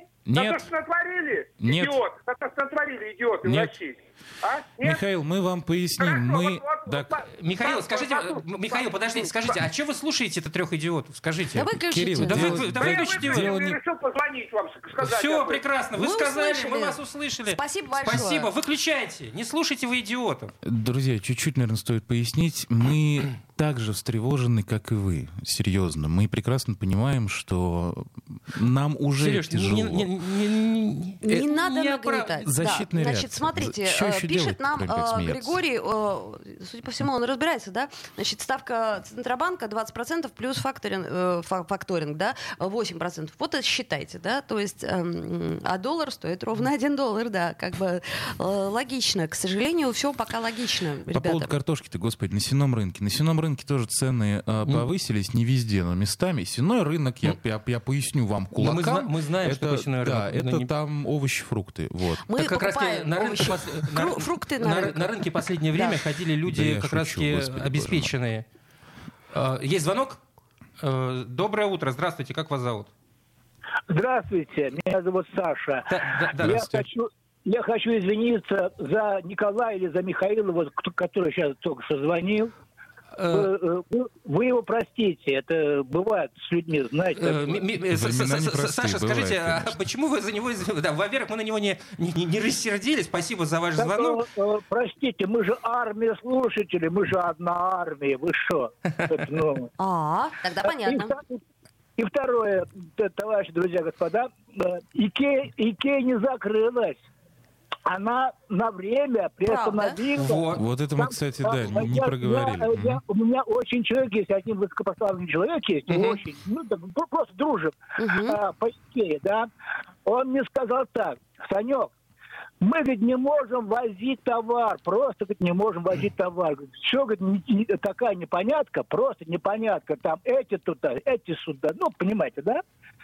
[SPEAKER 8] Над то, что натворили?
[SPEAKER 3] Нет.
[SPEAKER 8] Идиоты. Над то, что натворили идиоты в
[SPEAKER 3] Нет.
[SPEAKER 8] России. А? Нет?
[SPEAKER 3] Михаил, мы вам поясним.
[SPEAKER 8] Хорошо,
[SPEAKER 3] Мы...
[SPEAKER 8] вот- вот-
[SPEAKER 3] Так,
[SPEAKER 8] вот-
[SPEAKER 2] Михаил,
[SPEAKER 8] вот-
[SPEAKER 2] скажите,
[SPEAKER 8] вот-
[SPEAKER 2] э,
[SPEAKER 8] вот-
[SPEAKER 2] Михаил, подождите, скажите, а что вы слушаете это трех идиотов? Скажите.
[SPEAKER 1] Да выключите.
[SPEAKER 3] Кирилл,
[SPEAKER 2] Да
[SPEAKER 3] дело-
[SPEAKER 2] вы- вы- да
[SPEAKER 8] Да я
[SPEAKER 2] выключите
[SPEAKER 8] выключил,
[SPEAKER 3] дело
[SPEAKER 8] я
[SPEAKER 3] не-
[SPEAKER 8] решил позвонить вам, сказать.
[SPEAKER 2] Все,
[SPEAKER 8] об этом.
[SPEAKER 2] прекрасно, вы
[SPEAKER 1] Мы
[SPEAKER 2] сказали, мы
[SPEAKER 1] услышали.
[SPEAKER 2] вас услышали.
[SPEAKER 1] Спасибо большое.
[SPEAKER 2] Спасибо, выключайте, не слушайте вы идиотов.
[SPEAKER 3] Друзья, чуть-чуть, наверное, стоит пояснить. Мы так же встревожены, как и вы. Серьезно. Мы прекрасно понимаем, что нам уже
[SPEAKER 2] Сереж,
[SPEAKER 3] тяжело.
[SPEAKER 2] не, не- не- не- не-
[SPEAKER 1] Не
[SPEAKER 2] э,
[SPEAKER 1] надо
[SPEAKER 2] не оправ-
[SPEAKER 1] нагнетать.
[SPEAKER 3] защитная
[SPEAKER 1] да. Значит,
[SPEAKER 3] реакция.
[SPEAKER 1] смотрите,
[SPEAKER 3] Что
[SPEAKER 1] э,
[SPEAKER 3] еще делать,
[SPEAKER 1] пишет нам
[SPEAKER 3] кроме как
[SPEAKER 1] э,
[SPEAKER 3] смеяться?
[SPEAKER 1] Григорий, э, судя по всему, он разбирается, да? Значит, ставка Центробанка 20% плюс факторинг, э, фа- факторинг да, 8%. Вот это считайте, да? То есть, эм, а доллар стоит ровно 1 доллар, да, как бы э, логично. К сожалению, все пока логично,
[SPEAKER 3] По поводу
[SPEAKER 1] ребята.
[SPEAKER 3] картошки-то, господи, на сеном рынке. На сеном рынке тоже цены э, повысились, не везде, но местами. Сеной рынок, я, я, я поясню вам
[SPEAKER 2] Но мы зна-
[SPEAKER 3] кулакам.
[SPEAKER 2] мы знаем,
[SPEAKER 3] это,
[SPEAKER 2] что такое сеной
[SPEAKER 3] Да,
[SPEAKER 2] рынок, но
[SPEAKER 3] это
[SPEAKER 2] не-
[SPEAKER 3] там овощи, фрукты, вот.
[SPEAKER 1] Мы
[SPEAKER 2] Так как раз
[SPEAKER 1] покупаем
[SPEAKER 2] на рынке,
[SPEAKER 1] овощи.
[SPEAKER 2] пос- на
[SPEAKER 1] Кру-
[SPEAKER 2] ры-
[SPEAKER 1] фрукты на,
[SPEAKER 2] на, ры-
[SPEAKER 1] рынках.
[SPEAKER 2] на рынке последнее время
[SPEAKER 1] Да.
[SPEAKER 3] Да
[SPEAKER 2] ходили люди
[SPEAKER 3] я
[SPEAKER 2] как
[SPEAKER 3] шучу,
[SPEAKER 2] раз таки
[SPEAKER 3] господи, боже мой.
[SPEAKER 2] обеспеченные. Э, Есть звонок? Э, Доброе утро, здравствуйте, как вас зовут?
[SPEAKER 9] Здравствуйте, меня зовут Саша.
[SPEAKER 2] Да, да, да.
[SPEAKER 9] я, хочу, я хочу извиниться за Николая или за Михаила, вот, кто- который сейчас только что звонил.
[SPEAKER 2] Э,
[SPEAKER 9] Вы, э, вы- вы его простите, это бывает с людьми, знаете.
[SPEAKER 2] Э, ми- ми- э, С-
[SPEAKER 3] Времена
[SPEAKER 2] С- С-
[SPEAKER 3] непростые
[SPEAKER 2] Саша,
[SPEAKER 3] бывают,
[SPEAKER 2] скажите, а
[SPEAKER 3] конечно.
[SPEAKER 2] почему вы за него... из- Да, во-первых, мы на него не, не, не рассердились. Спасибо за ваш
[SPEAKER 9] Так,
[SPEAKER 1] ну,
[SPEAKER 2] звонок.
[SPEAKER 9] э, э, простите, мы же армия слушателей, мы же одна армия, вы что? Это, ну,
[SPEAKER 1] А, тогда
[SPEAKER 9] И
[SPEAKER 1] понятно.
[SPEAKER 9] втор- И второе, т- товарищи, друзья, господа, э, Икея, Икея не закрылась. Она на время приостановила.
[SPEAKER 2] Вот.
[SPEAKER 3] Вот это мы, кстати, да,
[SPEAKER 9] Там, я-
[SPEAKER 3] не
[SPEAKER 9] я-
[SPEAKER 3] проговорили.
[SPEAKER 9] я-
[SPEAKER 3] Мгм.
[SPEAKER 9] у меня очень человек есть, один высокопоставленный человек есть,
[SPEAKER 2] Мгм.
[SPEAKER 9] очень, ну, так, ну, просто дружим,
[SPEAKER 1] Мгм.
[SPEAKER 9] а, по Икее, да. Он мне сказал так, Санек, мы, говорит, не можем возить товар, просто, говорит, не можем возить товар. Говорит, Что, говорит, не- не- такая непонятка, просто непонятка, там эти туда, эти сюда, ну, понимаете, да?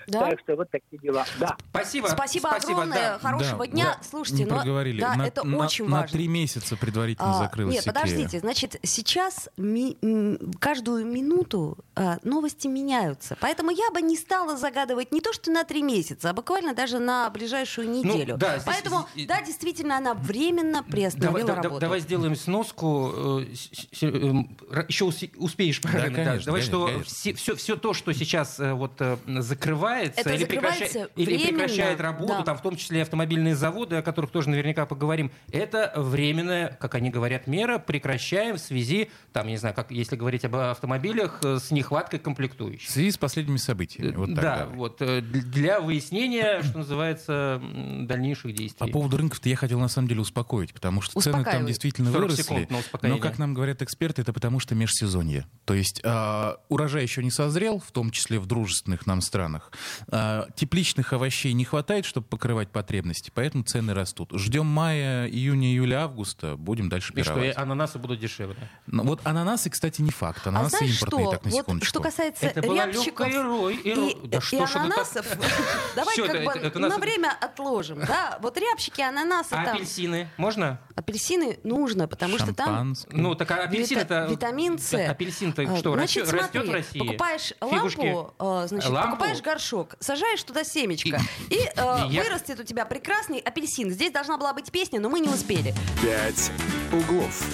[SPEAKER 1] Да.
[SPEAKER 9] Так что вот такие дела, да.
[SPEAKER 2] Спасибо.
[SPEAKER 1] Спасибо, огромное,
[SPEAKER 2] да.
[SPEAKER 1] хорошего
[SPEAKER 3] Да,
[SPEAKER 1] дня.
[SPEAKER 3] вот
[SPEAKER 1] Слушайте,
[SPEAKER 3] не
[SPEAKER 1] но-
[SPEAKER 3] проговорили.
[SPEAKER 1] да,
[SPEAKER 3] на,
[SPEAKER 1] это
[SPEAKER 3] на-
[SPEAKER 1] очень
[SPEAKER 3] на
[SPEAKER 1] важно.
[SPEAKER 3] три месяца предварительно
[SPEAKER 1] А,
[SPEAKER 3] закрылась
[SPEAKER 1] Нет,
[SPEAKER 3] Икея.
[SPEAKER 1] подождите, значит, сейчас ми- м, каждую минуту а, новости меняются. Поэтому я бы не стала загадывать не то, что на три месяца, а буквально даже на ближайшую неделю.
[SPEAKER 2] Ну, да, здесь-
[SPEAKER 1] Поэтому
[SPEAKER 2] здесь-
[SPEAKER 1] до действительно, она временно приостановила
[SPEAKER 2] Давай, да- да-
[SPEAKER 1] работу. А
[SPEAKER 2] давай сделаем сноску. э, с- с- э, м, ра- Еще усе- успеешь, правильно? да.
[SPEAKER 3] конечно,
[SPEAKER 2] давай,
[SPEAKER 3] конечно,
[SPEAKER 2] что
[SPEAKER 3] конечно.
[SPEAKER 2] Все, все, то, что сейчас э, вот э, закрывается,
[SPEAKER 1] Это
[SPEAKER 2] или,
[SPEAKER 1] закрывается
[SPEAKER 2] прекращает, или
[SPEAKER 1] временно,
[SPEAKER 2] прекращает работу,
[SPEAKER 1] да.
[SPEAKER 2] там в том числе и автомобильные заводы, о которых тоже наверняка поговорим, это временная, как они говорят, мера. Прекращаем в связи, там, я не знаю, как если говорить об автомобилях, э, с нехваткой
[SPEAKER 3] В
[SPEAKER 2] комплектующих.
[SPEAKER 3] связи с последними событиями. Вот так,
[SPEAKER 2] да,
[SPEAKER 3] давай.
[SPEAKER 2] вот э, д- для выяснения, что называется, м, дальнейших действий.
[SPEAKER 3] По поводу рынков-то я хотел на самом деле успокоить, потому что цены там
[SPEAKER 1] Успокаивай.
[SPEAKER 3] действительно
[SPEAKER 2] 40
[SPEAKER 3] выросли.
[SPEAKER 2] секунд на
[SPEAKER 3] но,
[SPEAKER 2] успокоение.
[SPEAKER 3] как нам говорят эксперты, это потому что межсезонье. То есть а, урожай еще не созрел, в том числе в дружественных нам странах. А, тепличных овощей не хватает, чтобы покрывать потребности, поэтому цены растут. Ждем мая, июня, июля, августа, будем дальше
[SPEAKER 2] И что, и
[SPEAKER 3] пировать.
[SPEAKER 2] ананасы будут дешевле.
[SPEAKER 3] Ну, вот ананасы, кстати, не факт.
[SPEAKER 1] А
[SPEAKER 3] Ананасы
[SPEAKER 1] знаешь
[SPEAKER 3] импортные,
[SPEAKER 1] что?
[SPEAKER 3] так на
[SPEAKER 1] вот,
[SPEAKER 3] секундочку.
[SPEAKER 1] что касается
[SPEAKER 2] Это была
[SPEAKER 1] рябчиков
[SPEAKER 2] легкая иро- иро-
[SPEAKER 1] и,
[SPEAKER 2] Да что
[SPEAKER 1] и
[SPEAKER 2] ж это так?
[SPEAKER 1] ананасов, давай
[SPEAKER 2] Всё,
[SPEAKER 1] как
[SPEAKER 2] это-
[SPEAKER 1] бы
[SPEAKER 2] это- это
[SPEAKER 1] на
[SPEAKER 2] нас-
[SPEAKER 1] время отложим, да? Вот рябчики, ананасы,
[SPEAKER 2] А
[SPEAKER 1] там,
[SPEAKER 2] апельсины можно?
[SPEAKER 1] апельсины нужно, потому что там
[SPEAKER 3] Шампанское.
[SPEAKER 2] Ну, так а апельсин
[SPEAKER 1] Вита-
[SPEAKER 2] это...
[SPEAKER 1] витамин С.
[SPEAKER 2] Апельсин-то
[SPEAKER 1] А,
[SPEAKER 2] что,
[SPEAKER 1] значит,
[SPEAKER 2] растет, растет
[SPEAKER 1] смотри,
[SPEAKER 2] в России?
[SPEAKER 1] Покупаешь
[SPEAKER 2] Фигушки.
[SPEAKER 1] лампу, а, значит,
[SPEAKER 2] Лампу?
[SPEAKER 1] покупаешь горшок, сажаешь туда семечко, и, а,
[SPEAKER 2] И я-
[SPEAKER 1] вырастет у тебя прекрасный апельсин. Здесь должна была быть песня, но мы не успели.
[SPEAKER 5] «Пять углов».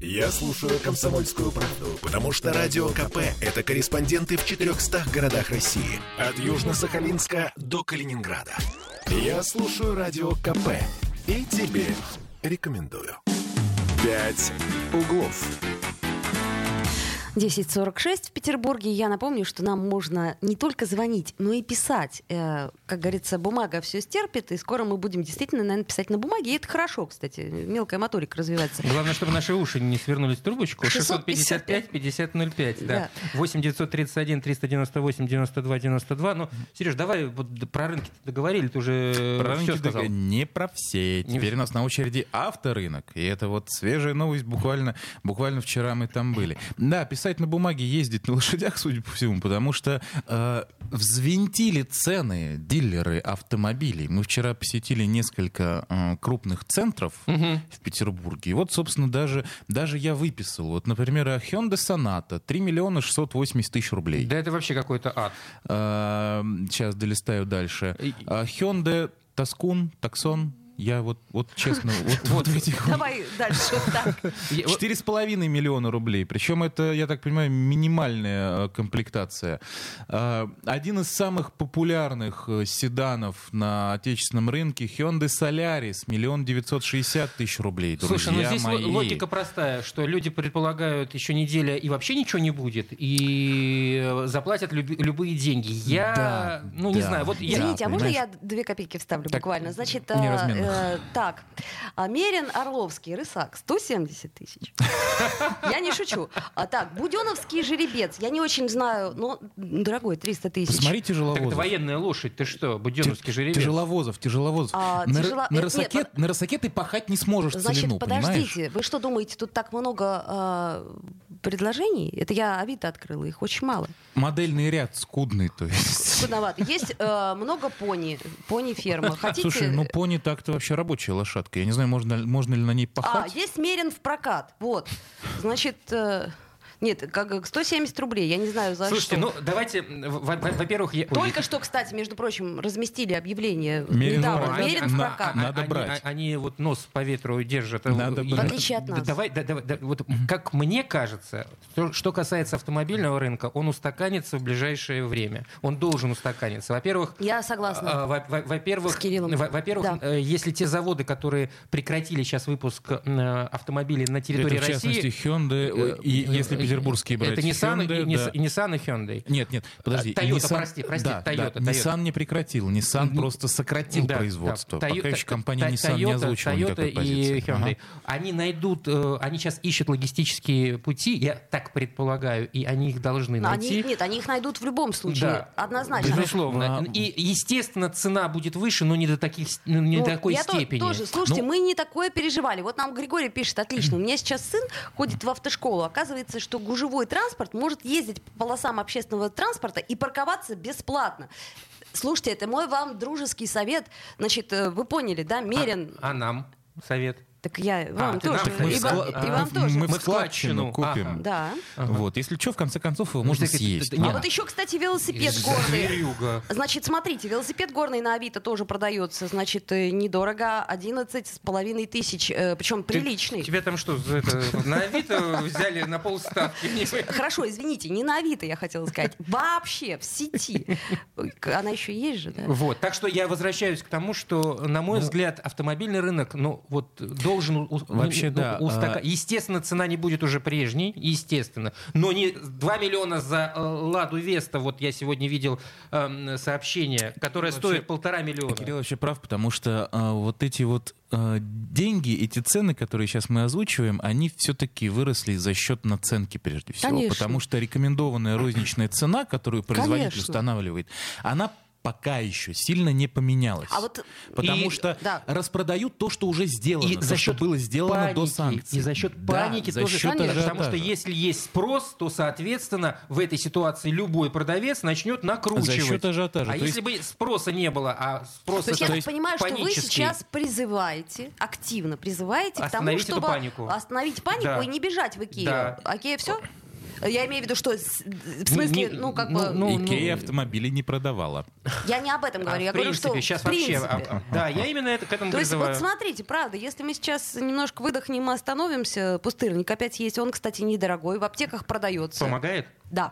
[SPEAKER 5] Я слушаю «Комсомольскую правду», потому что «Радио КП» — это корреспонденты в 400 городах России. От Южно-Сахалинска до Калининграда. Я слушаю «Радио КП» и тебе рекомендую. «Пять углов».
[SPEAKER 1] 10.46 в Петербурге. Я напомню, что нам можно не только звонить, но и писать. Э, как говорится, бумага все стерпит, и скоро мы будем действительно, наверное, писать на бумаге. И это хорошо, кстати. Мелкая моторика развивается.
[SPEAKER 2] Главное, чтобы наши уши не свернулись в трубочку.
[SPEAKER 1] 655
[SPEAKER 2] 655-5005, да.
[SPEAKER 1] Да.
[SPEAKER 2] 8-931-398-92-92. Ну, Сереж, давай вот д- про рынки договорили, ты уже
[SPEAKER 3] Про рынки
[SPEAKER 2] все сказал.
[SPEAKER 3] только не про все.
[SPEAKER 2] Не
[SPEAKER 3] Теперь у нас на очереди авторынок. И это вот свежая новость. Буквально, буквально вчера мы там были. Да, писать на бумаге, ездить на лошадях, судя по всему, потому что э, взвинтили цены дилеры автомобилей. Мы вчера посетили несколько э, крупных центров в Петербурге. И вот, собственно, даже, даже я выписал. Вот, например, Hyundai Sonata 3 миллиона 680 тысяч рублей.
[SPEAKER 2] Да это вообще какой-то ад.
[SPEAKER 3] Эм, Сейчас долистаю дальше. А, Hyundai, Таскун, Таксон. Я вот, вот честно, вот, вот в этих
[SPEAKER 1] Давай дальше. Так.
[SPEAKER 2] Я- вот-
[SPEAKER 3] 4,5 миллиона рублей. Причем это, я так понимаю, минимальная э, комплектация. Э, Один из самых популярных э, седанов на отечественном рынке Hyundai Solaris. Миллион девятьсот шестьдесят тысяч рублей.
[SPEAKER 2] Слушай, ну
[SPEAKER 3] друзья
[SPEAKER 2] здесь ло-
[SPEAKER 3] мои.
[SPEAKER 2] логика простая, что люди предполагают еще неделя и вообще ничего не будет, и э, заплатят люб- любые деньги. Я,
[SPEAKER 3] Да,
[SPEAKER 2] ну не
[SPEAKER 3] да,
[SPEAKER 2] знаю, вот я...
[SPEAKER 1] Извините, а можно я
[SPEAKER 3] понимаешь?
[SPEAKER 1] две копейки вставлю
[SPEAKER 3] Так,
[SPEAKER 1] буквально? Значит,
[SPEAKER 3] неразменных.
[SPEAKER 1] э, так, а, Мерин Орловский, Рысак, 170 тысяч. Я не шучу. А так, Буденовский жеребец, я не очень знаю, но дорогой, 300 тысяч.
[SPEAKER 3] Посмотрите
[SPEAKER 2] Так это
[SPEAKER 3] тяжеловозов.
[SPEAKER 2] военная лошадь, ты что, буденовский жеребец?
[SPEAKER 3] Тяжеловозов, тяжеловозов.
[SPEAKER 1] А,
[SPEAKER 3] на, р-
[SPEAKER 1] тяжело-
[SPEAKER 3] на
[SPEAKER 1] Нет,
[SPEAKER 3] рысаке-
[SPEAKER 1] под-
[SPEAKER 3] на рысаке ты пахать не сможешь
[SPEAKER 1] Значит,
[SPEAKER 3] целину,
[SPEAKER 1] подождите,
[SPEAKER 3] понимаешь?
[SPEAKER 1] вы что думаете, тут так много э, предложений? Это я Авито открыла, их очень мало.
[SPEAKER 3] Модельный ряд скудный, то есть.
[SPEAKER 1] Скудновато. Есть э, много пони, пони-ферма. Хотите...
[SPEAKER 3] Слушай, ну пони так-то вообще рабочая лошадка. Я не знаю, можно, ли- можно ли на ней
[SPEAKER 1] А,
[SPEAKER 3] пахать.
[SPEAKER 1] есть мерен в прокат. Вот. Значит, э, нет, как 170 рублей. Я не знаю, за
[SPEAKER 2] Слушайте,
[SPEAKER 1] что.
[SPEAKER 2] ну давайте, э, во- во- во-первых, я... ой,
[SPEAKER 1] Только что, кстати, между прочим, разместили объявление
[SPEAKER 3] Мерин
[SPEAKER 1] недавно.
[SPEAKER 3] в прокат.
[SPEAKER 1] Мерин в
[SPEAKER 3] На-
[SPEAKER 1] прокат.
[SPEAKER 3] надо
[SPEAKER 2] они,
[SPEAKER 3] брать.
[SPEAKER 2] а- Они вот нос по ветру держат.
[SPEAKER 3] Надо
[SPEAKER 2] И-
[SPEAKER 3] брать.
[SPEAKER 1] В отличие от
[SPEAKER 2] Да
[SPEAKER 1] нас.
[SPEAKER 2] давай, да- давай- да, вот, как мне кажется, то, что касается автомобильного рынка, он устаканится в ближайшее время. Он должен устаканиться. Во-первых,
[SPEAKER 1] Я согласна.
[SPEAKER 2] а, во- во- Во-первых,
[SPEAKER 1] С Кириллом.
[SPEAKER 2] во- во-первых,
[SPEAKER 1] Да.
[SPEAKER 2] э, если те заводы, которые прекратили сейчас выпуск э, автомобилей на территории
[SPEAKER 3] Это, в частности,
[SPEAKER 2] России,
[SPEAKER 3] Hyundai, э, и
[SPEAKER 2] э,
[SPEAKER 3] если
[SPEAKER 2] э,
[SPEAKER 3] петербургские брать
[SPEAKER 2] это Nissan
[SPEAKER 3] Hyundai,
[SPEAKER 2] и, Нис-
[SPEAKER 3] да. Ну,
[SPEAKER 2] и Nissan и Hyundai.
[SPEAKER 3] Нет, нет, подожди.
[SPEAKER 2] А, Toyota,
[SPEAKER 3] Nissan-
[SPEAKER 2] прости, прости,
[SPEAKER 3] да, да,
[SPEAKER 2] Toyota,
[SPEAKER 3] Nissan не прекратил. Nissan просто сократил
[SPEAKER 2] Да,
[SPEAKER 3] производство.
[SPEAKER 2] да.
[SPEAKER 3] Пока
[SPEAKER 2] Тойо-
[SPEAKER 3] еще компания
[SPEAKER 2] Та-
[SPEAKER 3] Nissan не
[SPEAKER 2] Toyota-
[SPEAKER 3] озвучила
[SPEAKER 2] Toyota
[SPEAKER 3] никакой
[SPEAKER 2] и
[SPEAKER 3] позиции.
[SPEAKER 2] Hyundai. Они найдут, э, они сейчас ищут логистические пути, я так предполагаю, и они их должны
[SPEAKER 1] Но
[SPEAKER 2] найти.
[SPEAKER 1] Они, нет, они их найдут в любом случае.
[SPEAKER 2] Да.
[SPEAKER 1] Однозначно.
[SPEAKER 2] Безусловно.
[SPEAKER 3] А-
[SPEAKER 2] И, естественно, цена будет выше, но не до, таких, с- ну, не
[SPEAKER 1] Ну,
[SPEAKER 2] до такой
[SPEAKER 1] я то-
[SPEAKER 2] степени.
[SPEAKER 1] тоже, слушайте,
[SPEAKER 3] Ну-
[SPEAKER 1] мы не такое переживали. Вот нам Григорий пишет, отлично, у меня сейчас сын ходит в автошколу. Оказывается, что гужевой транспорт может ездить по полосам общественного транспорта и парковаться бесплатно. Слушайте, это мой вам дружеский совет. Значит, э, вы поняли, да, Мерин,
[SPEAKER 2] А, а нам совет?
[SPEAKER 1] Так я вам
[SPEAKER 2] ты
[SPEAKER 1] тоже.
[SPEAKER 2] нам- мы
[SPEAKER 1] и
[SPEAKER 2] в
[SPEAKER 1] вам-
[SPEAKER 2] скла-
[SPEAKER 1] и вам
[SPEAKER 3] мы,
[SPEAKER 1] тоже.
[SPEAKER 3] мы в
[SPEAKER 2] Мы в
[SPEAKER 3] складчину
[SPEAKER 2] складчину.
[SPEAKER 3] купим.
[SPEAKER 1] Да.
[SPEAKER 2] Ага. Ну,
[SPEAKER 3] Вот, если что, в конце концов его можно
[SPEAKER 2] так это-
[SPEAKER 3] съесть.
[SPEAKER 2] это-
[SPEAKER 1] А
[SPEAKER 2] Нет.
[SPEAKER 1] вот еще, кстати, велосипед горный.
[SPEAKER 2] Зверюга.
[SPEAKER 1] Значит, смотрите, велосипед горный на Авито тоже продается, значит, э, недорого, 11 с половиной тысяч, э, причем
[SPEAKER 2] Ты-
[SPEAKER 1] приличный.
[SPEAKER 2] Тебя там что, за это, на Авито взяли на полставки? Не знаю.
[SPEAKER 1] Хорошо, извините, не на Авито я хотела сказать, вообще в сети. Ой, к- Она еще есть же, да?
[SPEAKER 2] Вот, так что я возвращаюсь к тому, что, на мой
[SPEAKER 3] Ну.
[SPEAKER 2] взгляд, автомобильный рынок, ну, вот, должен... у- у-
[SPEAKER 3] Вообще,
[SPEAKER 2] ну,
[SPEAKER 3] да, а-
[SPEAKER 2] устака- Естественно, цена не будет уже прежней, естественно. Но не 2 миллиона за э, «Ладу Веста», вот я сегодня видел эм, сообщение, которое
[SPEAKER 3] Вообще-
[SPEAKER 2] стоит полтора миллиона.
[SPEAKER 3] Кирилл вообще прав, потому что а, вот эти вот а, деньги, эти цены, которые сейчас мы озвучиваем, они все-таки выросли за счет наценки прежде всего.
[SPEAKER 1] Конечно.
[SPEAKER 3] Потому что рекомендованная розничная цена, которую производитель
[SPEAKER 1] Конечно.
[SPEAKER 3] устанавливает, она пока еще сильно не поменялась.
[SPEAKER 1] А вот
[SPEAKER 3] Потому
[SPEAKER 2] И-
[SPEAKER 3] что
[SPEAKER 1] да.
[SPEAKER 3] распродают то, что уже сделано,
[SPEAKER 2] И
[SPEAKER 3] то,
[SPEAKER 2] за
[SPEAKER 3] что
[SPEAKER 2] счет
[SPEAKER 3] было сделано до
[SPEAKER 2] паники,
[SPEAKER 3] санкций.
[SPEAKER 2] И за счет
[SPEAKER 3] Да,
[SPEAKER 2] паники
[SPEAKER 3] за
[SPEAKER 2] тоже.
[SPEAKER 3] счет
[SPEAKER 2] потому что
[SPEAKER 3] ажиотажа.
[SPEAKER 2] если есть спрос, то, соответственно, в этой ситуации любой продавец начнет накручивать.
[SPEAKER 3] За счет ажиотажа.
[SPEAKER 2] А
[SPEAKER 3] То
[SPEAKER 2] если бы спроса не было, а спрос
[SPEAKER 1] То есть я
[SPEAKER 2] это
[SPEAKER 1] так понимаю, что вы
[SPEAKER 2] панический,
[SPEAKER 1] сейчас призываете, активно призываете к тому,
[SPEAKER 2] Остановить эту
[SPEAKER 1] чтобы
[SPEAKER 2] панику.
[SPEAKER 1] остановить панику
[SPEAKER 2] Да.
[SPEAKER 1] и не бежать в Икею.
[SPEAKER 2] Да.
[SPEAKER 1] Окей, все? Я имею в виду, что с- в смысле,
[SPEAKER 2] не-
[SPEAKER 1] ну, как
[SPEAKER 2] ну,
[SPEAKER 1] бы,
[SPEAKER 2] ну,
[SPEAKER 3] Икея автомобили не продавала.
[SPEAKER 1] я не об этом
[SPEAKER 2] А,
[SPEAKER 1] говорю, я
[SPEAKER 2] в принципе,
[SPEAKER 1] говорю, что
[SPEAKER 2] сейчас
[SPEAKER 1] в принципе.
[SPEAKER 2] вообще. а, а, Да, я именно это к этому
[SPEAKER 1] То есть,
[SPEAKER 2] призываю.
[SPEAKER 1] вот смотрите, правда, если мы сейчас немножко выдохнем и остановимся, пустырник опять есть, он, кстати, недорогой, в аптеках продается.
[SPEAKER 2] Помогает?
[SPEAKER 1] Да.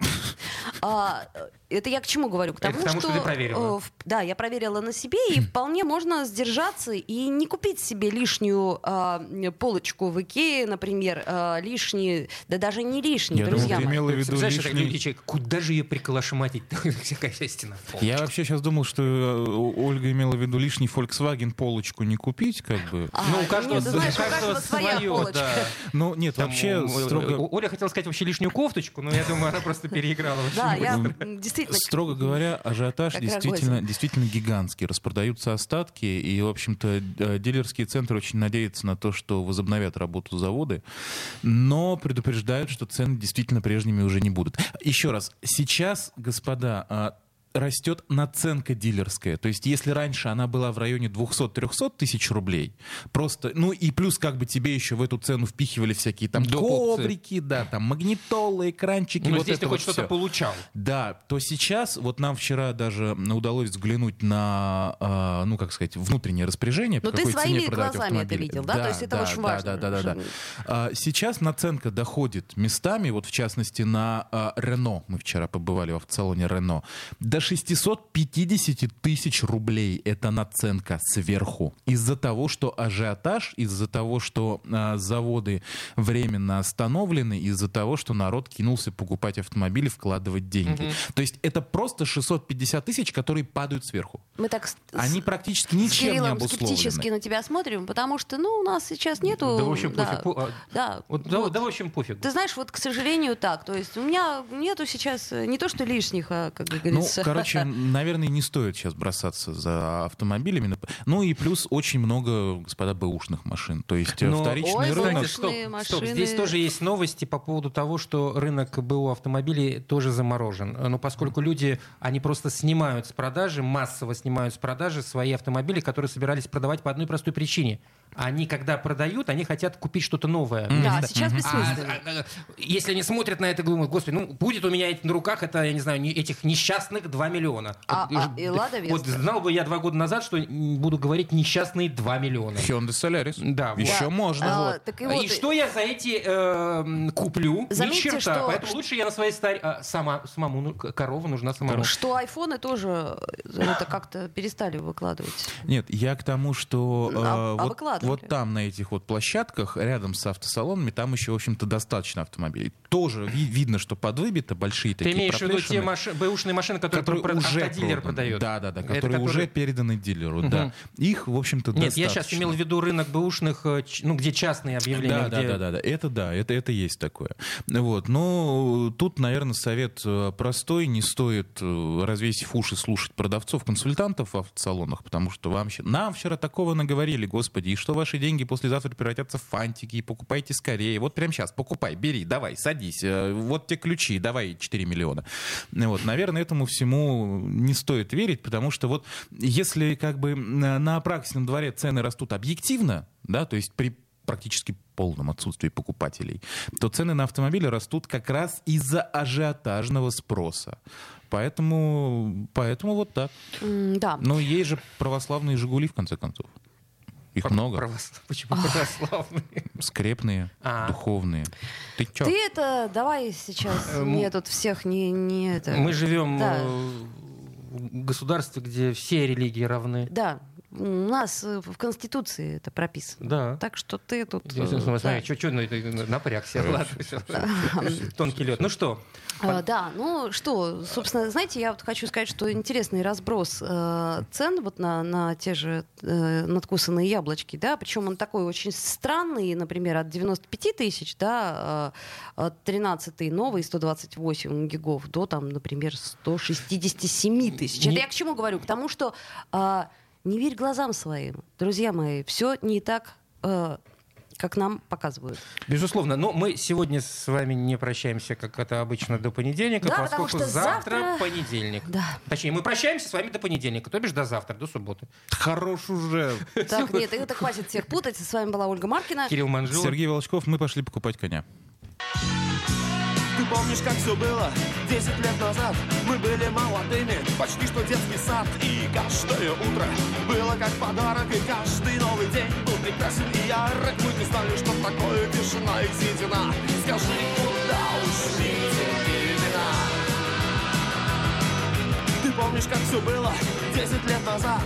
[SPEAKER 1] А, это я к чему говорю? К
[SPEAKER 2] Это
[SPEAKER 1] тому,
[SPEAKER 2] потому, что ты проверила.
[SPEAKER 1] э, в- да, я проверила на себе, и вполне можно сдержаться и не купить себе лишнюю а, м, полочку в Икее, например, а, лишние, да даже не лишние,
[SPEAKER 3] Я
[SPEAKER 1] друзья
[SPEAKER 3] думал, ты
[SPEAKER 1] мои.
[SPEAKER 3] имела в виду
[SPEAKER 2] Представляешь, как
[SPEAKER 3] лишний-
[SPEAKER 2] люди человек, куда же ее приколошматить? Всякая вся стена.
[SPEAKER 3] Я вообще сейчас думал, что э, О- Ольга имела в виду лишний Volkswagen полочку не купить, как бы.
[SPEAKER 1] А,
[SPEAKER 2] Ну, у каждого,
[SPEAKER 1] нет, ты знаешь, у каждого своя
[SPEAKER 2] своё,
[SPEAKER 1] полочка.
[SPEAKER 2] да.
[SPEAKER 3] Ну, нет,
[SPEAKER 2] Там, э,
[SPEAKER 3] вообще
[SPEAKER 2] о, о,
[SPEAKER 3] строго...
[SPEAKER 2] о, Оля хотела сказать вообще лишнюю кофточку, но я думаю, она просто переиграла.
[SPEAKER 1] Да,
[SPEAKER 2] очень
[SPEAKER 1] я
[SPEAKER 2] быстро.
[SPEAKER 1] м, действительно...
[SPEAKER 3] Строго говоря, ажиотаж
[SPEAKER 1] Как
[SPEAKER 3] действительно, действительно гигантский. Распродаются остатки, и, в общем-то, э, дилерские центры очень надеются на то, что возобновят работу заводы, но предупреждают, что цены действительно прежними уже не будут. Еще раз, сейчас, господа, а, растет наценка дилерская. То есть, если раньше она была в районе 200-300 тысяч рублей, просто, ну и плюс как бы тебе еще в эту цену впихивали всякие там
[SPEAKER 2] Доп. опции.
[SPEAKER 3] коврики, да, там магнитолы, экранчики,
[SPEAKER 2] Ну,
[SPEAKER 3] вот
[SPEAKER 2] здесь
[SPEAKER 3] это
[SPEAKER 2] ты
[SPEAKER 3] вот
[SPEAKER 2] хоть что-то
[SPEAKER 3] всё.
[SPEAKER 2] получал.
[SPEAKER 3] Да, то сейчас, вот нам вчера даже удалось взглянуть на, э, ну, как сказать, внутреннее распоряжение. по
[SPEAKER 1] Ну, ты
[SPEAKER 3] какой цене
[SPEAKER 1] своими
[SPEAKER 3] продавать
[SPEAKER 1] глазами это
[SPEAKER 3] автомобили.
[SPEAKER 1] видел, да? То есть это
[SPEAKER 3] да,
[SPEAKER 1] очень
[SPEAKER 3] да,
[SPEAKER 1] важно.
[SPEAKER 3] Да, да, да, да. А, Сейчас наценка доходит местами, вот в частности на а, Рено, мы вчера побывали в автосалоне Рено, до 650 тысяч рублей. Это наценка сверху. Из-за того, что ажиотаж, из-за того, что а, заводы временно остановлены, из-за того, что народ кинулся покупать автомобили, вкладывать деньги. То есть это просто 650 тысяч, которые падают сверху.
[SPEAKER 1] Мы так с- с-
[SPEAKER 3] Они практически
[SPEAKER 1] с
[SPEAKER 3] ничем не
[SPEAKER 1] Кириллом
[SPEAKER 3] обусловлены.
[SPEAKER 1] скептически на тебя смотрим, потому что, ну, у нас сейчас нету...
[SPEAKER 2] Да, в общем, пофиг. Пу- а,
[SPEAKER 1] Да,
[SPEAKER 2] вот, да,
[SPEAKER 1] вот.
[SPEAKER 2] да, в общем, пофиг.
[SPEAKER 1] Ты знаешь, вот, к сожалению, так. То есть у меня нету сейчас э, не то, что лишних, а, как
[SPEAKER 3] Ну,
[SPEAKER 1] говорится...
[SPEAKER 3] короче, наверное, не стоит сейчас бросаться за автомобилями. Ну и плюс очень много, господа, бэушных машин. То есть э,
[SPEAKER 2] Но-
[SPEAKER 3] вторичный
[SPEAKER 1] Ой,
[SPEAKER 3] рынок...
[SPEAKER 1] знаете, Бэушные машины.
[SPEAKER 2] Здесь тоже есть новости по поводу того, что рынок БУ автомобилей тоже заморожен. Э, Но поскольку люди, они просто снимают с продажи, массово снимают с продажи свои автомобили, которые собирались продавать по одной простой причине. Они, когда продают, они хотят купить что-то новое.
[SPEAKER 1] Да, сейчас
[SPEAKER 2] А,
[SPEAKER 1] бессмысленно.
[SPEAKER 2] а, а, если они смотрят на это, думают, господи, ну будет у меня эти- на руках, это, я не знаю, не- этих несчастных 2 миллиона.
[SPEAKER 1] А-
[SPEAKER 2] Вот,
[SPEAKER 1] а, и «Лада Веста».
[SPEAKER 2] Вот знал бы я два года назад, что м, буду говорить несчастные 2 миллиона.
[SPEAKER 3] Hyundai Solaris.
[SPEAKER 2] Да, вот.
[SPEAKER 3] Еще
[SPEAKER 1] Да.
[SPEAKER 3] можно.
[SPEAKER 1] А,
[SPEAKER 2] Вот.
[SPEAKER 1] так и
[SPEAKER 2] и
[SPEAKER 1] вот-
[SPEAKER 2] что я за эти э, м, куплю? Ни
[SPEAKER 1] Заметьте,
[SPEAKER 2] черта.
[SPEAKER 1] что-
[SPEAKER 2] Поэтому лучше я на своей старе... а, сама, самому, ну, к- корова нужна самому.
[SPEAKER 1] Что айфоны тоже э, это как-то перестали выкладывать.
[SPEAKER 3] Нет, я к тому, что э,
[SPEAKER 1] А- а
[SPEAKER 3] вот,
[SPEAKER 1] выкладывали?
[SPEAKER 3] вот там, на этих вот площадках, рядом с автосалонами, там еще, в общем-то, достаточно автомобилей. Тоже ви- видно, что подвыбито, большие
[SPEAKER 2] Ты
[SPEAKER 3] такие
[SPEAKER 2] имеешь в виду те
[SPEAKER 3] проплешины.
[SPEAKER 2] маши- бэушные машины, которые, про-
[SPEAKER 3] продан.
[SPEAKER 2] автодилер продает?
[SPEAKER 3] Да, да, да,
[SPEAKER 2] Это
[SPEAKER 3] которые уже переданы дилеру, да. Их, в общем-то,
[SPEAKER 2] Нет,
[SPEAKER 3] достаточно.
[SPEAKER 2] я сейчас имел в виду рынок бэушных, э, ч- ну, где частные объявления.
[SPEAKER 3] Да, да,
[SPEAKER 2] где-
[SPEAKER 3] да, да, да. Это да, это, это есть такое. Вот. Но тут, наверное, совет э, простой. Не стоит, э, развесив уши, слушать продавцов, консультантов в автосалонах, потому что вам, щ- нам вчера такого наговорили, господи, и что ваши деньги послезавтра превратятся в фантики, и покупайте скорее. Вот прямо сейчас покупай, бери, давай, садись. э, Вот те ключи, давай 4 миллиона. Ну Вот. Наверное, этому всему не стоит верить, потому что вот если как бы на на Апраксином дворе цены растут объективно, да, то есть при практически полном отсутствии покупателей, то цены на автомобили растут как раз из-за ажиотажного спроса. Поэтому, поэтому вот так.
[SPEAKER 1] М, Да.
[SPEAKER 2] Ну,
[SPEAKER 3] Но есть же православные «Жигули», в конце концов. Их много.
[SPEAKER 2] Правос- Почему православные?
[SPEAKER 3] Скрепные,
[SPEAKER 2] А.
[SPEAKER 3] духовные. Ты чё?
[SPEAKER 1] Ты это давай сейчас
[SPEAKER 2] Э,
[SPEAKER 1] мне
[SPEAKER 2] м-
[SPEAKER 1] тут всех не, не это.
[SPEAKER 2] Мы живем
[SPEAKER 1] Да.
[SPEAKER 2] э, в государстве, где все религии равны.
[SPEAKER 1] Да. У нас э, в Конституции это прописано.
[SPEAKER 2] Да. ну,
[SPEAKER 1] Так что ты тут. э, да.
[SPEAKER 2] Че, напрягся. Ладно, всё. Тонкий лед. Ну что,
[SPEAKER 1] А, Да, ну что, собственно, знаете, я вот хочу сказать, что интересный разброс э, цен вот на, на те же э, надкусанные яблочки, да, причем он такой очень странный, например, от 95 тысяч, да, э, от 13 новый 128 гигов до, там, например, 167 тысяч.
[SPEAKER 2] Не-
[SPEAKER 1] Это я к чему говорю? К тому, что а, не верь глазам своим, друзья мои, все не так, э, как нам показывают.
[SPEAKER 2] Безусловно, но мы сегодня с вами не прощаемся, как это обычно, до понедельника,
[SPEAKER 1] Да, потому
[SPEAKER 2] поскольку
[SPEAKER 1] что
[SPEAKER 2] завтра,
[SPEAKER 1] завтра-
[SPEAKER 2] понедельник.
[SPEAKER 1] Да.
[SPEAKER 2] Точнее, мы прощаемся с вами до понедельника, то бишь до завтра, до субботы.
[SPEAKER 3] Хорош уже.
[SPEAKER 1] Так, нет, это хватит всех путать. С вами была Ольга Маркина.
[SPEAKER 2] Кирилл Манжул.
[SPEAKER 3] Сергей Волчков, мы пошли покупать коня.
[SPEAKER 10] Ты помнишь, как все было? Десять лет назад мы были молодыми, почти что детский сад. И каждое утро было как подарок, и каждый новый день был ну прекрасен и ярок. Мы не знали, что такое тишина и седина. Скажи, куда ушли те времена? Ты помнишь, как все было десять лет назад?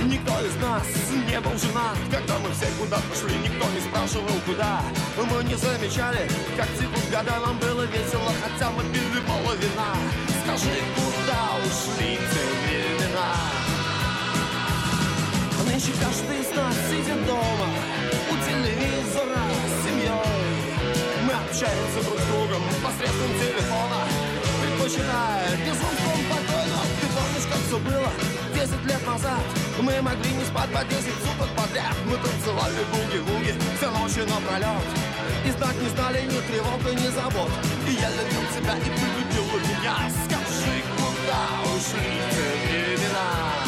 [SPEAKER 10] Никто из нас не был женат Когда мы все куда-то шли, никто не спрашивал куда Мы не замечали, как текут года Нам было весело, хотя мы пили мало вина Скажи, куда ушли те времена? Нынче каждый из нас сидит дома У телевизора с семьей Мы общаемся друг с другом посредством телефона Предпочитая безумством покойно Ты помнишь, как все было десять лет назад Мы могли не спать по десять суток подряд Мы танцевали буги-вуги все ночи напролет И знать не знали ни тревог и ни забот И я любил тебя, и ты любила меня Скажи, куда ушли те времена?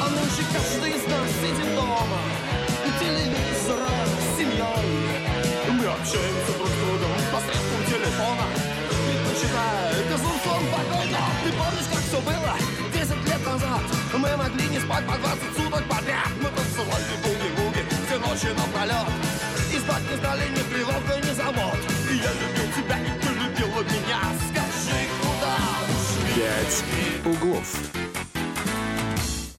[SPEAKER 10] А ночи каждый из нас сидит дома У телевизора с семьей Мы общаемся друг с другом посредством телефона а Предпочитая безумством покойно Ты помнишь, как все было десять лет назад Мы могли не спать по 20 суток подряд Мы танцевали буги-вуги все ночи напролет И спать не стали ни тревог, и ни забот И я любил тебя, и ты любила меня Скажи, куда ушли
[SPEAKER 5] «Пять углов».